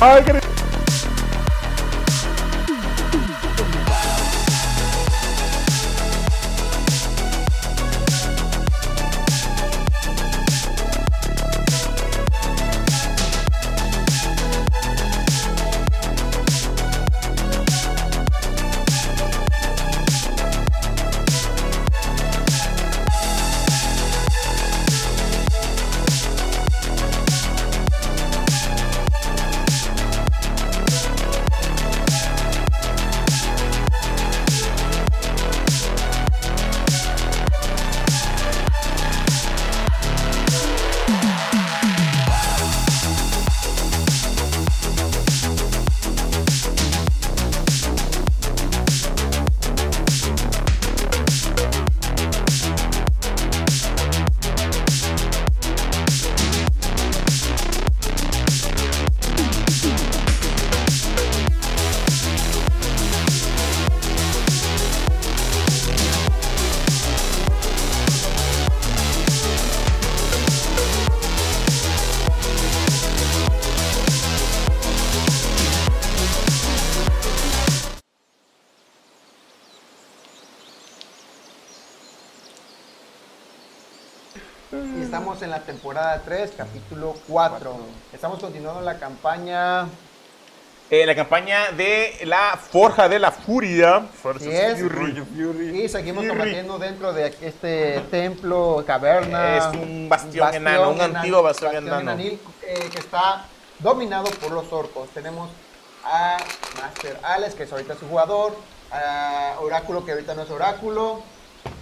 Ay, qué Y estamos en la temporada 3, capítulo 4. Estamos continuando la campaña. Eh, la campaña de la Forja de la Furia. Forza Sí es. Fury. Y seguimos Fury. combatiendo dentro de este templo, caverna. Es un bastión enano, un antiguo bastión enano. enanil, eh, que está dominado por los orcos. Tenemos a Master Alex, que es ahorita su jugador. A Oráculo, que ahorita no es Oráculo.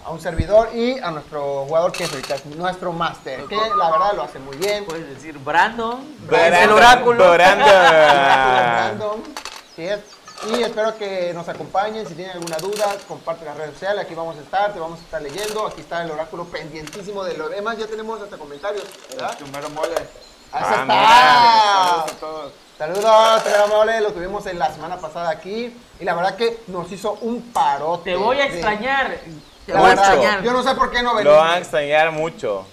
A un servidor y a nuestro jugador, que es ahorita nuestro Master. Que la verdad lo hace muy bien. Puedes decir Brandon. Brandon, Es el oráculo. Brandon. Random, sí es. Y espero que nos acompañen. Si tienen alguna duda, comparte las redes sociales. Aquí vamos a estar, te vamos a estar leyendo. Aquí está el oráculo pendientísimo de lo demás. Ya tenemos hasta comentarios, ¿verdad? Chumero mole. Ahí está. Ah, Saludos a todos. Saludos, Chumero Mole. Lo tuvimos en la semana pasada aquí. Y la verdad que nos hizo un parote. Te voy a de- extrañar. Te La voy a Mucho. verdad, extrañar. Yo no sé por qué Lo no van a venimos. extrañar mucho.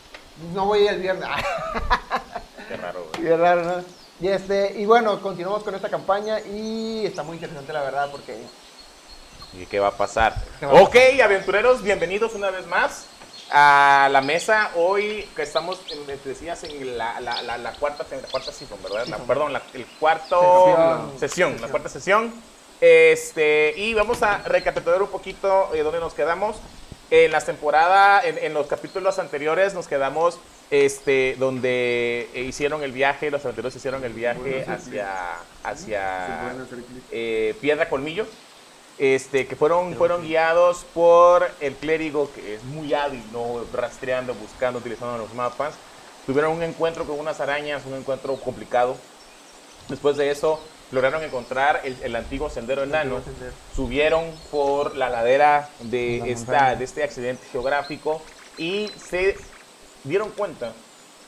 No voy el viernes. Ah. Qué raro, güey. Qué raro, ¿no? Y, este, y bueno, continuamos con esta campaña y está muy interesante la verdad porque ¿Y qué va a pasar? ¿Qué va a ok, aventureros, bienvenidos una vez más a la mesa. Hoy que estamos, en, les decías, en la, la, la, la cuarta, la cuarta season, ¿verdad? La- perdón, la, el cuarto Sesión. sesión, la cuarta sesión. Este, y vamos a recapitular un poquito eh, dónde nos quedamos. En las temporadas, en, en los capítulos anteriores nos quedamos este, donde eh, hicieron el viaje, los aventureros hicieron el viaje hacia, hacia eh, Piedra Colmillo este, que fueron, fueron guiados por el clérigo que es muy hábil, ¿no? rastreando, buscando, utilizando los mapas. Tuvieron un encuentro con unas arañas, un encuentro complicado. Después de eso, lograron encontrar el, el antiguo sendero enano. Subieron por la ladera de, esta, de este accidente geográfico y se dieron cuenta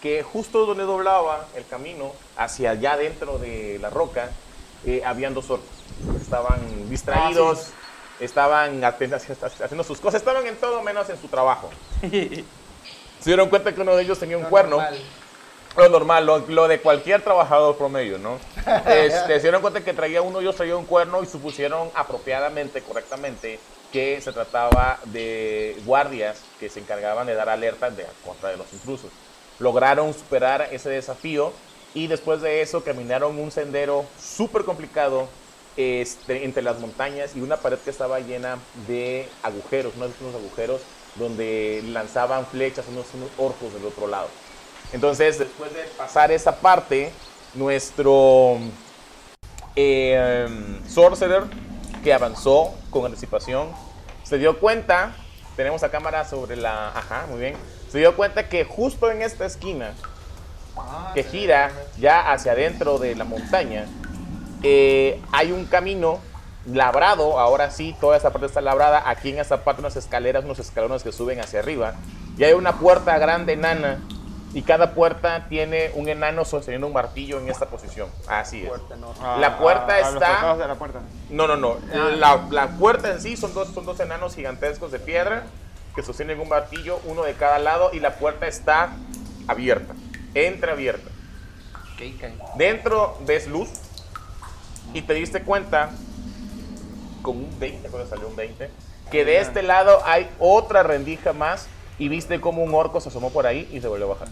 que justo donde doblaba el camino, hacia allá dentro de la roca, eh, habían dos orcos. Estaban distraídos, estaban apenas haciendo sus cosas, estaban en todo menos en su trabajo. Se dieron cuenta que uno de ellos tenía un cuerno. normal. Lo normal, lo, lo de cualquier trabajador promedio, ¿no? Este, se dieron cuenta que traía uno, yo traía un cuerno y supusieron apropiadamente, correctamente, que se trataba de guardias que se encargaban de dar alertas de, contra de los intrusos. Lograron superar ese desafío y después de eso caminaron un sendero súper complicado este, entre las montañas y una pared que estaba llena de agujeros, unos, unos agujeros donde lanzaban flechas unos, unos orcos del otro lado. Entonces, después de pasar esa parte, nuestro eh, Sorcerer, que avanzó con anticipación, se dio cuenta, tenemos la cámara sobre la... Ajá, muy bien. Se dio cuenta que justo en esta esquina, que gira ya hacia adentro de la montaña, eh, hay un camino labrado, ahora sí, toda esta parte está labrada, aquí en esta parte unas escaleras, unos escalones que suben hacia arriba, y hay una puerta grande enana, y cada puerta tiene un enano sosteniendo un martillo en esta posición, así es. Fuerte, ¿no? La puerta Ah, a- a los está- costados de la puerta. No, no, no, Ah. la, la puerta en sí son dos, son dos enanos gigantescos de piedra que sostienen un martillo, uno de cada lado, y la puerta está abierta, entreabierta. Ok, ok. Dentro ves luz, y te diste cuenta, con un 20, cuando salió un 20, que Ah. de este lado hay otra rendija más y viste como un orco se asomó por ahí y se volvió a bajar.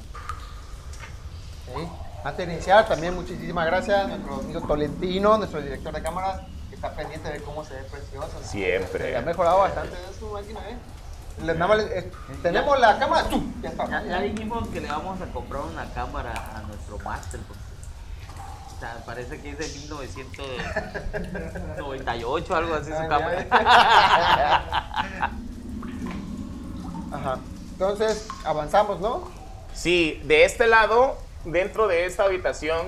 Sí. Antes de iniciar, también muchísimas gracias a nuestro amigo Tolentino, nuestro director de cámaras, que está pendiente de cómo se ve precioso. Siempre. Se ha mejorado bastante su máquina, ¿eh? Le- nada más le- eh, tenemos la cámara, ¡tú! Ya está. Ya, ya dijimos que le vamos a comprar una cámara a nuestro máster. porque, o sea, parece que es de 1998, algo así su cámara. Ajá. Entonces, avanzamos, ¿no? Sí, de este lado, dentro de esta habitación,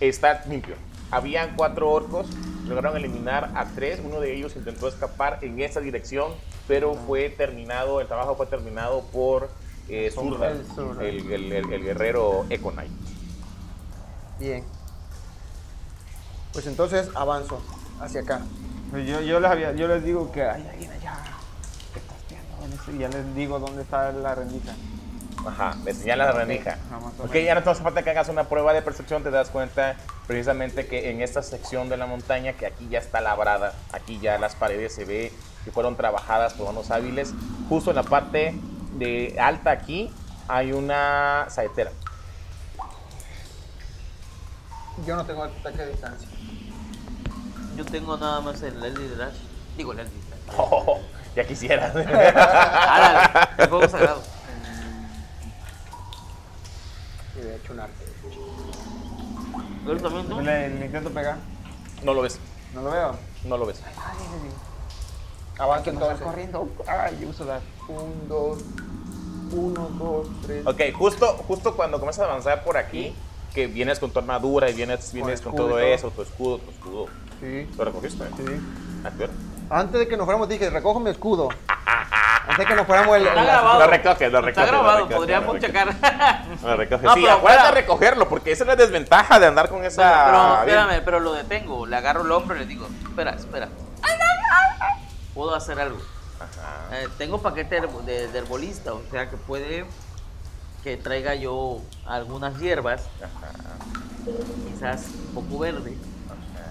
está limpio. Habían cuatro orcos, lograron eliminar a tres. Uno de ellos intentó escapar en esa dirección, pero fue terminado, el trabajo fue terminado por eh, Zurda, El Zurda. el, el- el- el guerrero Econite. Bien. Pues entonces avanzo hacia acá. Pues Yo, yo, les había- yo les digo que hay alguien allá que está espiando, no sé, y ya les digo dónde está la rendija. Ajá, me señala la rendija. Ajá, más o Ok, menos. ya no te hace falta que hagas una prueba de percepción, te das cuenta precisamente que en esta sección de la montaña, que aquí ya está labrada, aquí ya las paredes se ve que fueron trabajadas por manos hábiles, justo en la parte de alta aquí hay una saetera. Yo no tengo ataque de distancia. Yo tengo nada más el Elder Drash. Digo, el E Elder Drash. Oh, ya quisieras. Árale, Ah, el fuego sagrado. Y de hecho un arte. Pero también tú. Le, le intento pegar. no lo ves, No lo veo. no lo ves. Ay, le digo, Avanzo que no está entonces. corriendo. Ay, yo uso la. Un, dos, uno, dos, tres. Ok, justo, justo cuando comienzas a avanzar por aquí, que vienes con tu armadura y vienes, vienes con escudo y todo todo. eso, tu escudo, tu escudo. Sí. ¿Lo recogiste? Ah, Sí. ¿A qué hora? Antes de que nos fuéramos dije, recojo mi escudo. Antes de que nos fuéramos el... Está el- grabado. Lo recoge, lo recoge, Está lo grabado, recoge, podríamos lo recoge. checar. Lo recoge. No, sí, pero acuérdate de fuera. recogerlo, porque esa es la desventaja de andar con esa. Pero, bien. espérame, pero lo detengo, le agarro el hombro y le digo, espera, espera. Puedo hacer algo. Ajá. Eh, tengo paquete de, herbo- de- de herbolista, o sea que puede que traiga yo algunas hierbas, quizás un poco verde,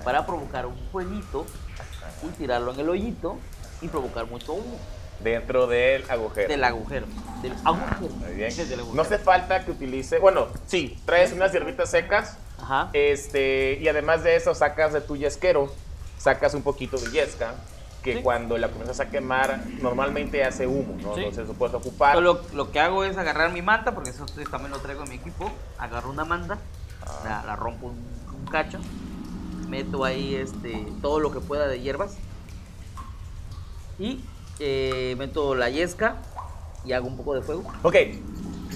para provocar un fueguito y tirarlo en el hoyito y provocar mucho humo Dentro del agujero. del agujero. Del agujero. Muy bien. Desde el agujero. No hace falta que utilice. Bueno, sí, traes unas hierbitas secas. Ajá. Este, y además de eso, sacas de tu yesquero, sacas un poquito de yesca, que Sí. cuando la comienzas a quemar, normalmente hace humo, ¿no? Sí. Entonces lo puedes ocupar. Yo lo, lo que hago es agarrar mi manta, porque eso sí también lo traigo en mi equipo. Agarro una manta, la, la rompo un, un cacho, meto ahí este, todo lo que pueda de hierbas y eh, meto la yesca y hago un poco de fuego. Ok,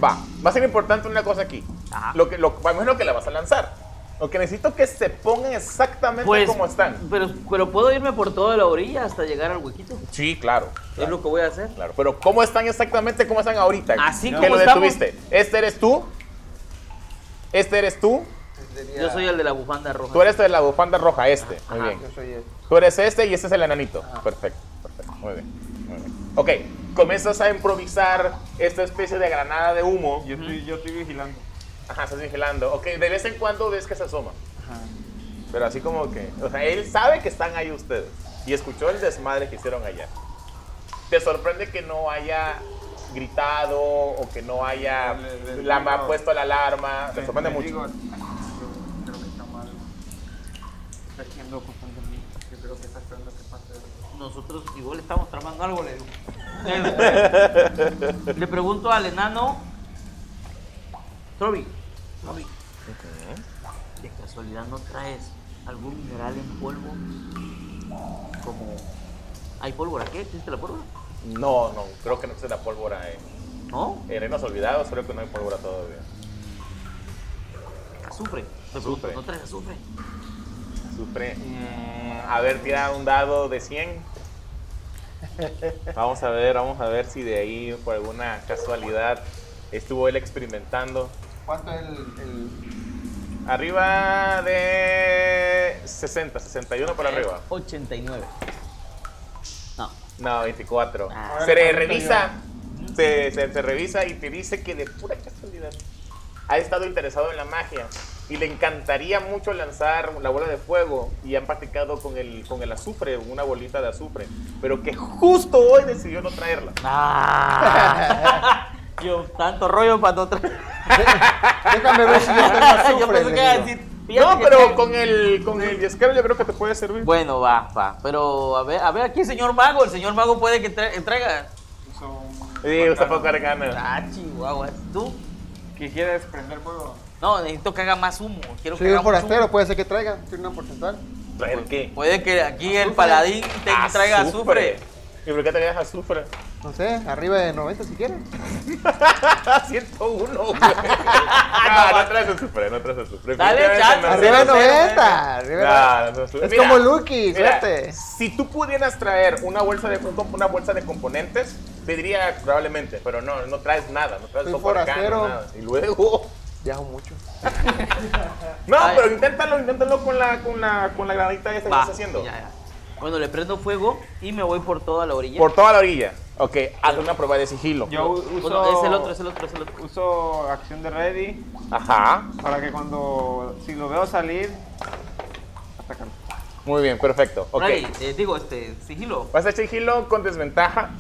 va. Va a ser importante una cosa aquí. Ajá. Lo que, lo, bueno, es lo que la vas a lanzar. Lo que necesito que se pongan exactamente como están. Pues, Pero, pero puedo irme por toda la orilla hasta llegar al huequito. Sí, claro. Es lo que voy a hacer. Claro, pero ¿cómo están exactamente? ¿Cómo están ahorita? Así que como lo estamos. detuviste. Este eres tú. Este eres tú. Sería- Yo soy el de la bufanda roja. Tú eres de la bufanda roja, este. Muy Ajá. bien. Yo soy el... Tú eres este y este es el enanito. Ajá. Perfecto, perfecto. Muy bien. Muy bien. Ok, comienzas a improvisar esta especie de granada de humo. Yo estoy, yo estoy vigilando. Ajá, estás vigilando. Ok, de vez en cuando ves que se asoma. Ajá. Pero así como que, o sea, él sabe que están ahí ustedes y escuchó el desmadre que hicieron allá. ¿Te sorprende que no haya gritado o que no haya Le- le la, digo- puesto la alarma? Te Le- sorprende le mucho. digo, yo creo que está mal. Está haciendo constante mí. Yo creo que está esperando que pase algo. Nosotros igual estamos tramando algo, le digo. Este, le pregunto al enano. Trovi, Trovi, de casualidad no traes algún mineral en polvo. Como. ¿Hay pólvora qué? ¿Existe la pólvora? No, no, creo que no existe la pólvora eh. en, ¿No? en Reinos Olvidados, creo que no hay pólvora todavía. Azufre. Le pregunto, Azufre. ¿No traes azufre? Ah, Sufre mm, haber tirado un dado de 100. Vamos a ver, vamos a ver si de ahí por alguna casualidad estuvo él experimentando. ¿Cuánto es el, el- Arriba de 60, 61 eh, para arriba. 89. No. No, 24. Ah. Se le revisa, se, se- se revisa y te dice que de pura casualidad ha estado interesado en la magia y le encantaría mucho lanzar la bola de fuego y han practicado con el, con el azufre, una bolita de azufre, pero que justo hoy decidió no traerla. Ah. Yo, tanto rollo para no traer. Déjame ver si yo tengo azufre. Yo pensé le que iba a digo. decir. fíjate No, que pero tengo- con el, con el yesquero yo creo que te puede servir. Bueno, va, va. Pero a ver, a ver aquí, señor Mago. El señor Mago puede que tra- eh, traiga. Uso un. Sí, usted puede guardado. cargar ganas. Ah, chihuahua. ¿Tú? ¿Que quieres prender fuego? No, necesito que haga más humo. Quiero Si que es haga un más humo. forastero, puede ser que traiga. Tiene una porcentual. ¿Traer qué? Puede que aquí el paladín te traiga azufre. ¿Y por qué traías azufre? No sé, arriba de 90 si quieres. 101, Ah, güey. No, no traes azufre, no traes azufre. Dale, Definitivamente chance, no. Arriba de cero, cero, 90. Arriba No, no, no. de... Es Mira, como Lucky, mira, suerte. Si tú pudieras traer una bolsa de un comp- una bolsa de componentes, te diría probablemente, pero no, no traes nada, no traes Soy soporcano, forastero. nada. Y luego. Viajo mucho. No, Ay. pero inténtalo, inténtalo con la, con la, con la granadita esta que Va, estás haciendo. ya, ya. Bueno, le prendo fuego y me voy por toda la orilla. Por toda la orilla. Ok, haz una prueba de sigilo. Yo uso. Bueno, es el otro, es el otro, es el otro. Uso acción de ready Ajá. para que cuando. Si lo veo salir. Atacarlo. Muy bien, perfecto. Ok. Ready, eh, digo, este, sigilo. Vas a hacer sigilo con desventaja.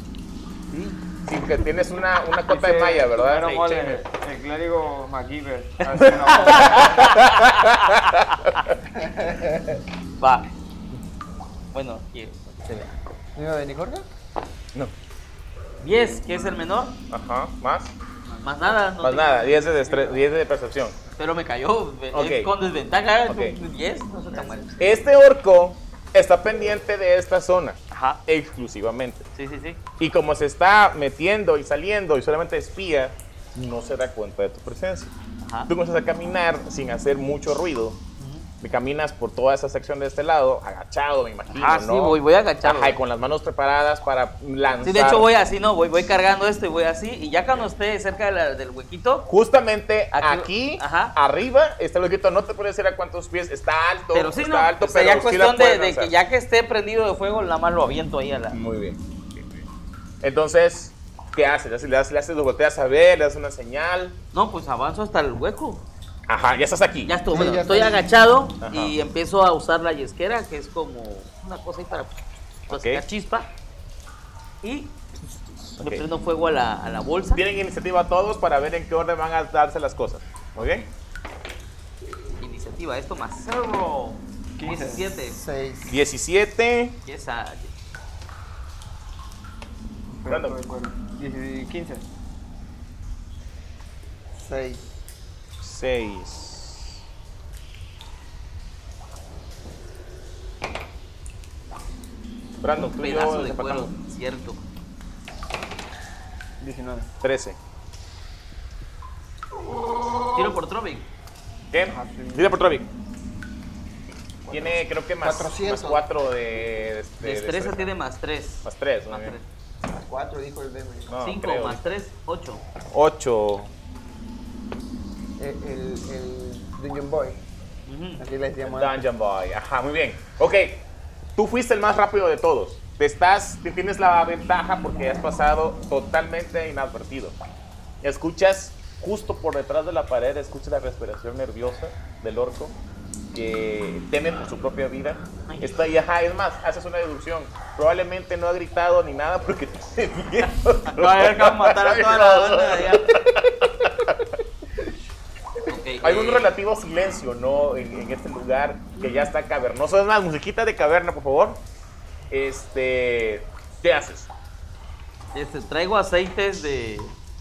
Sí, que tienes una, una cota de Dice, malla, ¿verdad? "Primero Sí, mole, chévere. el clérigo MacGyver. Hace una- Va. Bueno, aquí se vea. ¿Viva Benny Jorge? No. 10, que es el menor. Ajá, más. Más nada. no Más tengo- nada, 10 de, destre- 10 de percepción. Pero me cayó. eh, Ok. Con desventaja. Ok. 10, no está tan mal. Este orco está pendiente de esta zona Ajá. exclusivamente. Sí, sí, sí. Y como se está metiendo y saliendo y solamente espía, no se da cuenta de tu presencia. Ajá. Tú comienzas a caminar sin hacer mucho ruido. Caminas por toda esa sección de este lado, agachado, me imagino. Ajá, Ah, sí, ¿no? voy- voy agachado. Ajá, y con las manos preparadas para lanzar. Sí, de hecho voy así, ¿no? Voy, voy cargando esto y voy así. Y ya cuando esté cerca de la- del huequito, Justamente Aquí- aquí, ajá. arriba, está el huequito. No te puedes decir a cuántos pies, está alto. pero sí, está no. alto, o sea, pero ya sí la cuestión de, puedes de que lanzar. ya que esté prendido de fuego, nada más lo aviento ahí a la. Muy bien. Entonces, ¿qué haces? Le haces- Le haces, le haces- lo volteas a ver, le das una señal. No, pues avanzo hasta el hueco. Ajá, ya estás aquí. Ya estoy, Sí, bueno, ya estoy está. agachado Ajá. y empiezo a usar la yesquera, que es como una cosa ahí para para Ok. sacar chispa. Y Ok. le prendo fuego a la, a la bolsa. Tienen iniciativa todos para ver en qué orden van a darse las cosas. ¿Ok? Iniciativa, esto más cero. 15. 17. 6. 17. que es a- Pero Random. no recuerdo. 10 y 15. 6. 6. Brandon, Un tú y pedazo yo de cuero, empatamos. cierto. 19. 13. Tiro por Tropic. ¿Qué? Ajá, sí. Dile por Trovic. Tiene, creo que más 400. 4 de, de- de Destreza tiene más 3. Más 3. Más 3. 4 dijo el Benny. 5 más 3, 8. 8. Eh, El, el, el Dungeon Boy. Así les llaman. Dungeon Boy. Ajá, muy bien. Ok, tú fuiste el más rápido de todos. Te estás, te tienes la ventaja porque has pasado totalmente inadvertido. Escuchas justo por detrás de la pared, escuchas la respiración nerviosa del orco que teme por su propia vida. Está y ajá, es más, haces una deducción. Probablemente no ha gritado ni nada porque tiene miedo. Va a ver que vamos a matar a toda la banda de allá. Ok, Hay un eh, relativo silencio, ¿no? En, en este lugar que ya está cavernoso. Es más, musiquita de caverna, por favor. Este. ¿Qué haces? Este, traigo aceites de,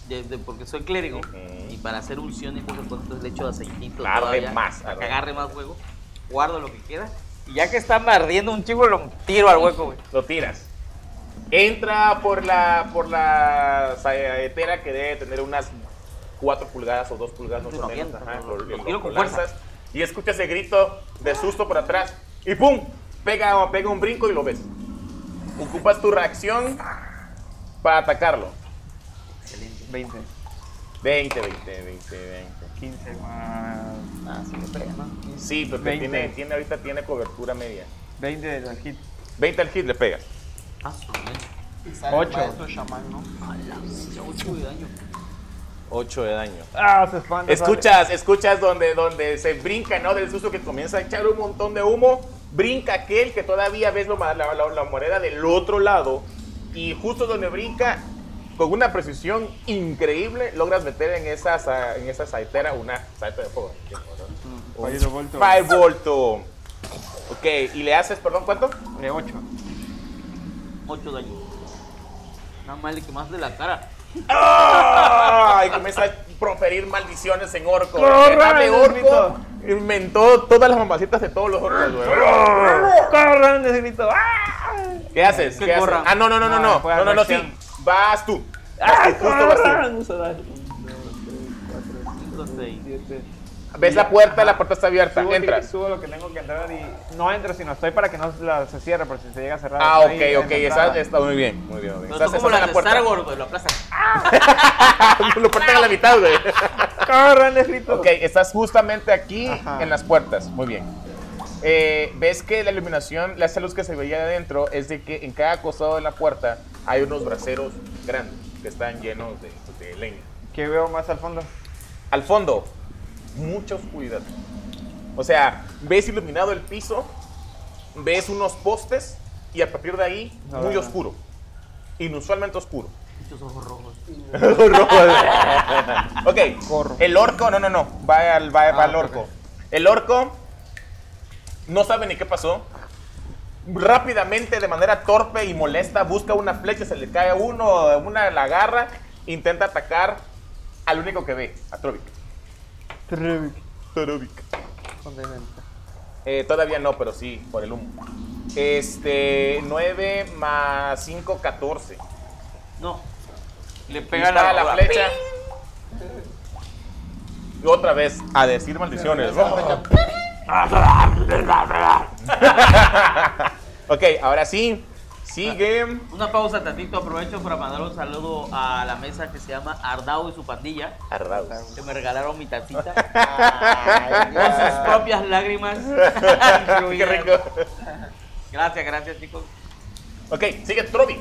de- de- porque soy clérigo Ujú. y para hacer unción y cosas por entonces le echo aceitito Arde todavía, más, para arde. que agarre más fuego. Guardo lo que queda y ya que está ardiendo un chivo lo tiro al hueco, güey. Lo tiras. Entra por la por la saetera que debe tener unas 4 pulgadas o 2 pulgadas, no sé Lo menos. avientas, Ajá, lo- lo- lo lo- tiro lo con fuerza. lanzas Y escuchas ese grito de susto por atrás. Y ¡pum! Pega, pega un brinco y lo ves. Ocupas tu reacción para atacarlo. 20. 20, 20, 20, 20. 15 más. Ah, sí, me pega, ¿no? Sí, porque 20. tiene, tiene, ahorita tiene cobertura media. 20 del hit. 20 al hit le pegas. Ah, su madre. Y sale el Ocho. maestro chamán, ¿no? A la- ocho de daño. 8 de daño. Ah, se espanta. Escuchas, escuchas donde, donde se brinca, ¿no? Del susto que comienza a echar un montón de humo. Brinca aquel que todavía ves lo ma- la, la, la moneda del otro lado. Y justo donde brinca, con una precisión increíble, logras meter en esa, sa- en esa saetera una saeta de fuego. Firebolto. Firebolto. Ok, y le haces, perdón, ¿cuánto? De 8. 8 daño. Nada más le quemaste la cara. ¡Ah! Y comienza a proferir maldiciones en orco. ¡Corre, Dame orco. Diosmito! Inventó todas las mamacitas de todos los orcos, güey. Corran, les grito. ¡Ah! ¿Qué haces? Que ¿Qué haces? corra. Ah, no, no, no, no, Ah, no. fue No, no, no, sí. acción. Vas tú. ¡Ah! Vas tú, justo vas tú. corran! Usa daño. 5, 6. Siete. Ves la puerta, la puerta está abierta. Subo, Entras. Subo lo que tengo que entrar y. No entro, sino estoy para que no la- se cierre, por si se llega a cerrar. Ah, Estoy ahí en ok, ok. la entrada. Está, está muy bien. Muy bien, muy bien. Pero Estás, tú como estás la en de la puerta. Star Wars, güey, lo aplastas. Lo cortan a la mitad, güey. Corran, les grito. Ok, estás justamente aquí Ajá. en las puertas. Muy bien. Eh, ves que la iluminación, la esa luz que se veía de adentro, es de que en cada costado de la puerta hay unos braseros grandes que están llenos de, de leña. ¿Qué veo más al fondo? Al fondo, mucha oscuridad. O sea, ves iluminado el piso, ves unos postes y a partir de ahí, No, muy no, no. oscuro. Inusualmente oscuro. Muchos ojos rojos. Ok, el orco, no, no, no, va al, va, va al orco. El orco no sabe ni qué pasó. Rápidamente, de manera torpe y molesta, busca una flecha, se le cae a uno, una la agarra, intenta atacar al único que ve, a Trovic. Trubic. Trovic. Eh, todavía no, pero sí, por el humo. Este, 9 más 5, 14. No. Le Pega pega la, la, la flecha. Y otra vez, a decir maldiciones. ok, ahora sí. Sigue. Una pausa tantito, aprovecho para mandar un saludo a la mesa que se llama Ardao y su pandilla, Ardaus. que me regalaron mi tacita Ah, Ay, con sus ya. propias lágrimas. Qué incluidas. rico. Gracias, gracias chicos. Ok, sigue Trovic.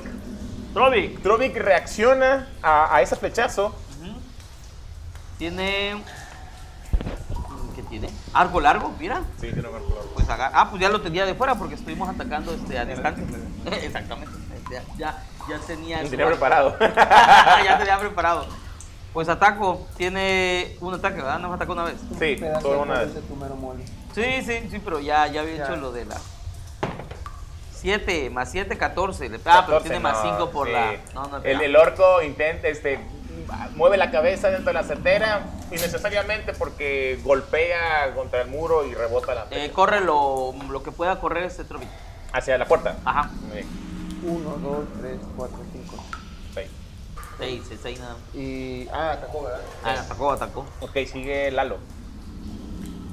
Trovic. Trovic reacciona a, a ese flechazo. Ujú. Tiene... ¿Qué tiene? Arco largo, mira. Sí, tiene un color. Pues agar- Ah, pues ya lo tenía de fuera porque estuvimos atacando este, a distancia. Exactamente. Este, Ya, ya, ya tenía... Lo su- tenía preparado. ya tenía preparado. Pues ataco. Tiene un ataque, ¿verdad? Nos ataca una vez. Sí, Pedazo toda de una poder vez. de tu mero mole. Sí, sí, sí, pero ya, ya había hecho lo de la. 7 más 7, 14. Le- Ah, pero 14, tiene más no, 5 por sí. la. No, no, el, espera. el orco intenta, este, mueve la cabeza dentro de la certera, innecesariamente porque golpea contra el muro y rebota la Eh, flecha corre lo, lo que pueda correr este trovito. hacia la puerta. Ajá. Muy bien, 1, 2, 3, 4, 5. sí. 6, 6 nada. más. Y. Ah, atacó, ¿verdad? Ah, atacó, atacó. Ok, sigue Lalo.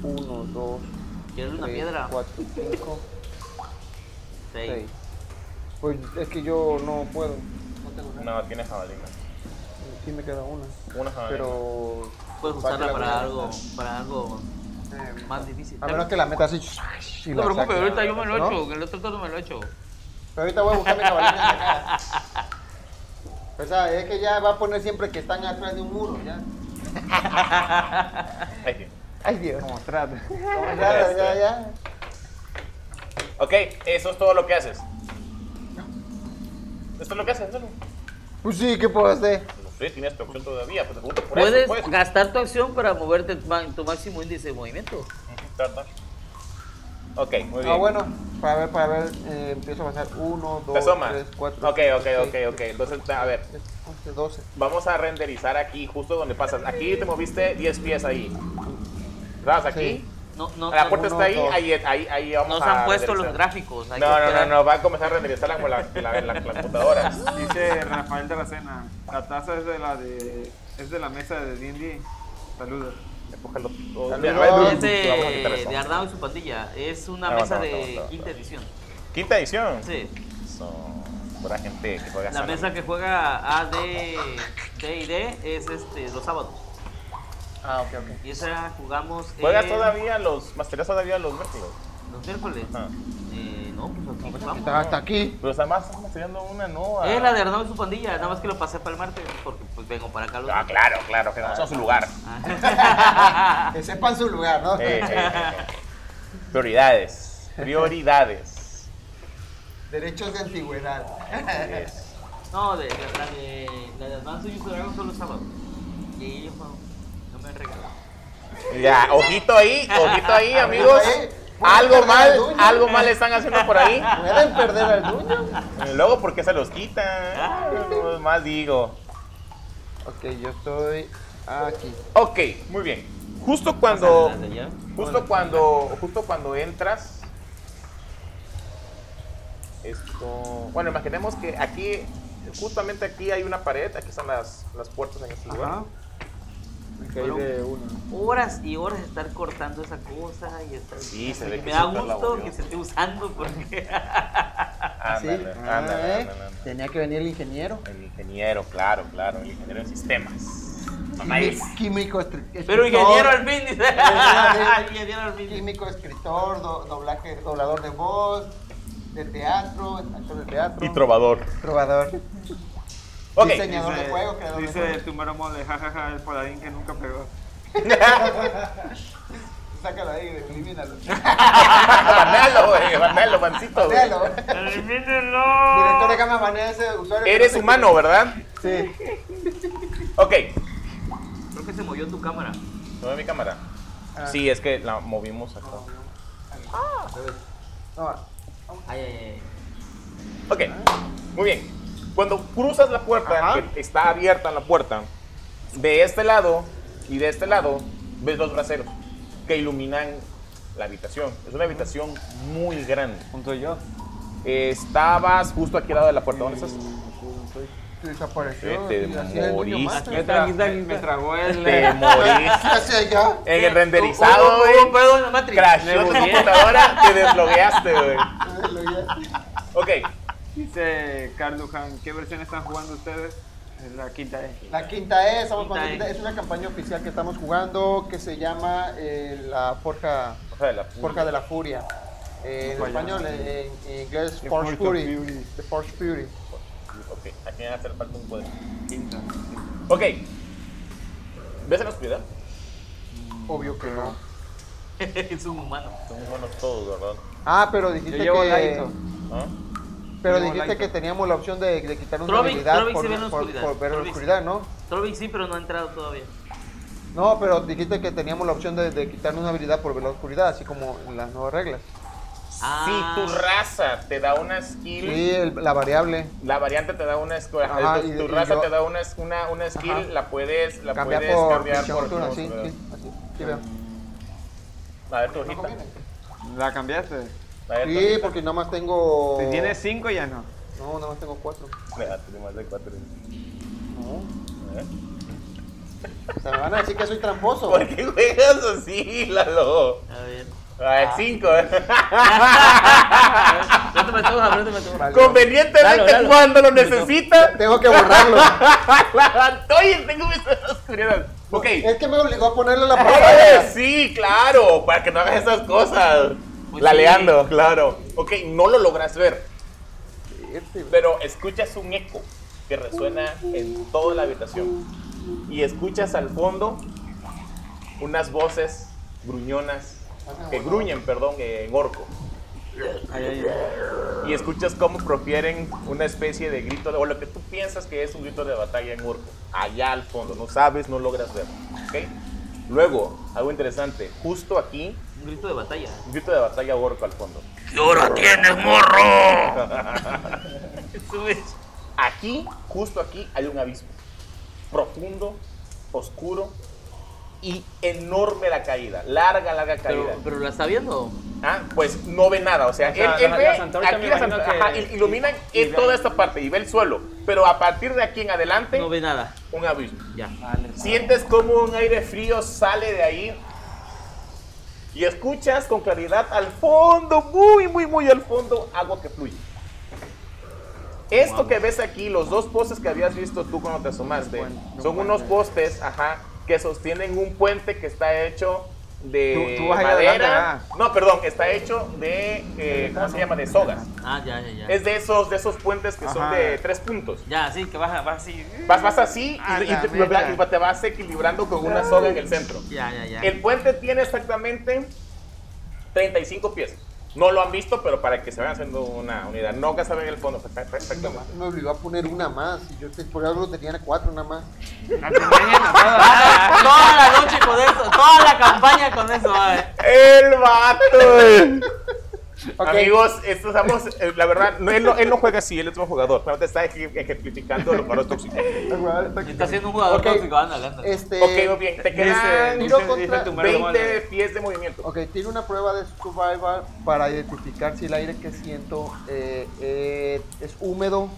1, 2, ¿Quieres una 3, piedra? 4, 5, 6. 6. Pues es que yo no puedo. No tengo nada. No, tiene jabalina. Sí me queda una. Una jabalina. Pero. Puedes ¿para qué usarla la voy para a algo, usar? para algo Eh, más difícil. A menos que la meta así. y No la te preocupes, saque. ahorita yo me lo he ¿No? hecho. En el otro turno me lo he hecho. Pero ahorita voy a buscar mi jabalina en la cara. O sea, es que ya va a poner siempre que están atrás de un muro, ya. Ahí tiene. Ay, Dios. Como trata. Ya, ya, ya. ya. este. Ok, eso es todo lo que haces. Esto es lo que haces, Lalo. Pues sí, ¿qué puedo hacer? No sé, tienes tu opción todavía, pero te pregunto por Puedes eso. pues. Puedes gastar tu acción para moverte en tu ma- en tu máximo índice de movimiento. Ujú, tarda. Ok, muy bien. Ah, bueno, para ver, para ver, eh, empiezo a pasar 1, Te 2, asomas. 3, 4. Ok, ok, ok, ok. Entonces, a ver, 11, 12. Vamos a renderizar aquí, justo donde pasas. Aquí te moviste 10 pies ahí. ¿Vas aquí? Sí. No, no, La no- puerta uno, está ahí, dos. ahí, ahí, ahí vamos Nos a han puesto los renderizar. gráficos. hay No, que no, no, esperar. no, va a comenzar a renderizarla como la, la, la, la computadora. Dice Rafael Tarracena, la taza es de la de es de la mesa de D&D. Saludos. Empújalo todo. Saludos. A ver, No, Es de, vamos a quitar eso. de Ardao y su pandilla. Es una No, mesa no, no, de no, no. quinta edición. Quinta edición. Sí, Son pura gente que juega la solo. mesa que juega AD, D y D es este, los sábados. Ah, ok, ok. Y esa jugamos. ¿Juegas en todavía los. Masterías todavía los vértigos? Los miércoles. Ajá. Eh, no, No, pues aquí vamos. Está hasta aquí. Ah. Pero además estamos haciendo una nueva. Es Eh, la de Arnau y su pandilla, nada más que lo pasé para el martes porque pues vengo para acá los Ah, claro, claro, que no es a su lugar. Ah. Que sepan su lugar, ¿no? Eh, eh, eh, eh. Prioridades. Prioridades. Derechos de antigüedad. Es- No, de, de- la de la de Advance Youth Dragon solo sábado. Y yo no, no me regaló. Ya, ojito ahí, ojito ahí, amigos. ahí. Algo Pueden perder al mal, dueño. algo mal están haciendo por ahí. Pueden perder al dueño. Eh, Luego, ¿por qué se los quitan? Ah, no Más digo. Ok, yo estoy aquí. Ok, muy bien. Justo cuando, Las de allá. justo cuando, justo cuando entras, esto, bueno, imaginemos que aquí, justamente aquí hay una pared, aquí están las, las puertas en este lugar. Ajá. Me caí de uno. Horas y horas de estar cortando esa cosa y estar. Sí, se ve que me es da súper gusto laborioso. que se esté usando porque. Ándale, Sí. ándale, Ah, ¿eh? ándale, ándale. Tenía que venir el ingeniero. El ingeniero, claro, claro, el ingeniero de sistemas. Mamá Quimi- es. Químico, estri- escritor. Pero ingeniero al fin. Ingeniero al fin. Químico, escritor, do- doblaje, doblador de voz, de teatro, actor de teatro. Y trovador. Trovador. Ok. Diseñador de juego, creador de Dice juego. el tumero mole, jajaja, el paladín que nunca pegó. Sácalo ahí, elimínalo. Banalo, güey, banalo, mancito. eh, güey. Véalo. Director, ¡Elimínenlo! déjame banear ese usuario. Eres humano, ¿verdad? Sí. Ok. Creo que se movió tu cámara. ¿Mueve mi cámara? Ah. Sí, es que la movimos acá. No, Ay, ay, ay. Ok, muy bien. Cuando cruzas la puerta, Ajá. que está abierta la puerta, de este lado y de este lado ves dos braseros que iluminan la habitación. Es una habitación muy grande. pues Junto yo. Estabas justo aquí al lado de la puerta. ¿Dónde estás? Eh, desapareció. Te y así era el niño moriste. más. Me, tra- Ah, me- me tragó el. eh, Te moriste. Hacia allá. En el Hubo- renderizado, hubo un güey. pedo en oh, la Matrix. Crashó tu computadora, te desbloqueaste, güey. Ok, Dice Carlujan, ¿qué versión están jugando ustedes? Es La quinta E. La quinta E, estamos Quinta con la E. quinta E, es una campaña oficial que estamos jugando que se llama eh, la Forja, o sea, la Forja de la Furia. Eh, en Forja. español, eh, en, en inglés, Forge The Forge of Fury. Fury. The Forge Fury. Ok, aquí me va a hacer falta un poder. Quinta. Ok. ¿Ves en la oscuridad? Obvio que no. es un humano. Somos buenos todos, ¿verdad? Ah, pero dijiste Yo llevo que. laito. ¿Ah? Pero Yo llevo dijiste laito. que teníamos la opción de, de quitar una Trovic- habilidad Trovic se ve en la por, por, oscuridad. por ver la Trovic. oscuridad, ¿no? Trovic sí, pero no ha entrado todavía. No, pero dijiste que teníamos la opción de, de quitarnos una habilidad por ver la oscuridad, así como en las nuevas reglas. Ah. Si tu raza te da una skill, Sí, el- la variable. la variante te da una skill. Ajá, ajá, y- tu y raza yo- te da una, una, una skill, Ajá. la puedes, la Cambiar puedes por cambiar Fiction por. Fortune, tus, así, ¿verdad? sí, así, sí veo. A ver tu hojita. ¿La cambiaste? A ver tu Sí, hojita. porque nada más tengo... Si tienes cinco ya no. No, nada más tengo cuatro. Mira, tiene más de cuatro. ¿Eh? No. A ver. Se me van a decir que soy tramposo. ¿Por qué juegas así, Lalo? A ver. A ver, cinco. ¿eh? No te me toques, no te me toques. Vale. Convenientemente Lalo, Lalo. cuando lo necesitas. Tengo que borrarlo. Oye, tengo mis oscuridad. Ok. Es que me obligó a ponerle la Oye, palabra. sí, claro, para que no hagas esas cosas. Pues Laleando, claro. Ok, no lo logras ver, pero escuchas un eco que resuena en toda la habitación. Y escuchas al fondo unas voces gruñonas, que gruñen, perdón, en orco. Y escuchas cómo profieren una especie de grito, de, o lo que tú piensas que es un grito de batalla en orco, allá al fondo. No sabes, no logras ver. ¿ok? Luego, algo interesante, justo aquí Un grito de batalla. Un grito de batalla orco al fondo. Eso es. Aquí, justo aquí, hay un abismo. Profundo, oscuro y enorme la caída. Larga, larga caída. Pero, pero la está viendo. Ah, pues no ve nada. O sea, O sea, él, él la- ve. la Santorcha me aquí la imagino Santorcha, que- ajá, il- iluminan y- y en ve- toda esta parte y ve el suelo. Pero a partir de aquí en adelante, No ve nada. un abismo. Ya. Sientes como un aire frío sale de ahí y escuchas con claridad al fondo, muy, muy, muy al fondo, agua que fluye. Esto que ves aquí, los dos postes que habías visto tú cuando te asomaste, son unos postes, ajá, que sostienen un puente que está hecho de Tú- tú vas allá madera. adelante, No, perdón, está hecho de, eh, ¿cómo se llama? De sogas. Ah, ya, ya, ya. Es de esos, de esos puentes que son Ajá. de tres puntos. Ya, sí, que baja, baja así. Vas, vas así y- A y, la te, mierda. y te vas equilibrando con una soga en el centro. Ya, ya, ya. El puente tiene exactamente 35 pies. No lo han visto, pero para que se vayan haciendo una unidad. No que se en el fondo. perfect- No, Perfectamente. ma- me obligó a poner una más. y Yo te- por algo tenía cuatro nada más. La que engañan a todas. Ah, Toda la noche con eso, toda la campaña con eso, va, eh. El vato. Ok. Amigos, estos estamos, eh, la verdad, no, él, no, él no juega así, él es un jugador, pero te está eje- ejemplificando los jugadores tóxicos. Está siendo un jugador Ok, tóxico, ándale, ándale. Este, ok, muy bien, te quedan Dice- Tiro dice- dice contra tu madre, 20 vale. pies de movimiento. Ok, tiene una prueba de survival para identificar si el aire que siento eh, eh, es húmedo,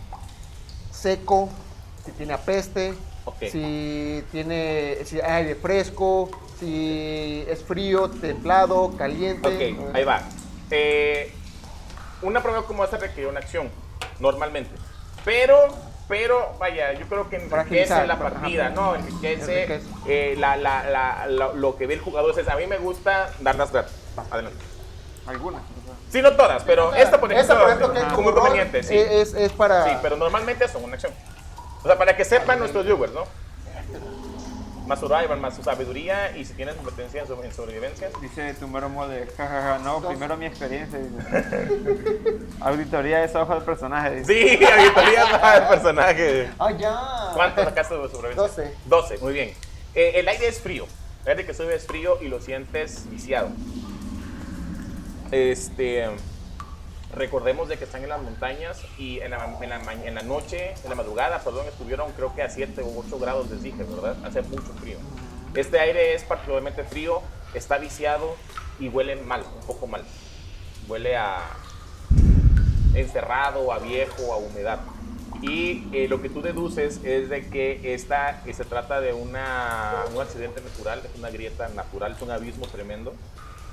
seco, si tiene apeste, Ok. si tiene si hay aire fresco, si es frío, templado, caliente. Ok, ahí va. Eh, una prueba como esta requiere una acción, normalmente. Pero, pero, vaya, yo creo que enriquece Fragilizar, la fra- partida, ajá. ¿no? Enriquece Enriquece. eh, la, la, la- la- lo que ve el jugador. Entonces, a mí me gusta dar las gratis. Adelante. Algunas. Sí, no todas, pero esta por ejemplo, Esa, por ejemplo, que eh, es ajá, como muy conveniente, sí. Es, es- es para. Sí, pero normalmente son una acción. O sea, para que sepan nuestros viewers, ¿no? Más survival, más su sabiduría y si tienen competencia en, sobre- en sobrevivencia. Dice tu mero mole, jajaja, no, primero mi experiencia. dice. Auditoría de software del personaje. dice. Sí, auditoría para el personaje. ¡Ah, ya! ¿Cuánto sacaste de sobrevivencia? 12. 12, muy bien. Eh, el aire es frío. El aire que sube es frío y lo sientes viciado. Este. Recordemos de que están en las montañas y en la, en la ma- en la noche, en la madrugada, perdón, estuvieron creo que a 7 o 8 grados, les dije, ¿verdad? Hace mucho frío. Este aire es particularmente frío, está viciado y huele mal, un poco mal. Huele a, encerrado, a viejo, a humedad. Y eh, lo que tú deduces es de que esta que se trata de una, un accidente natural, es una grieta natural, es un abismo tremendo,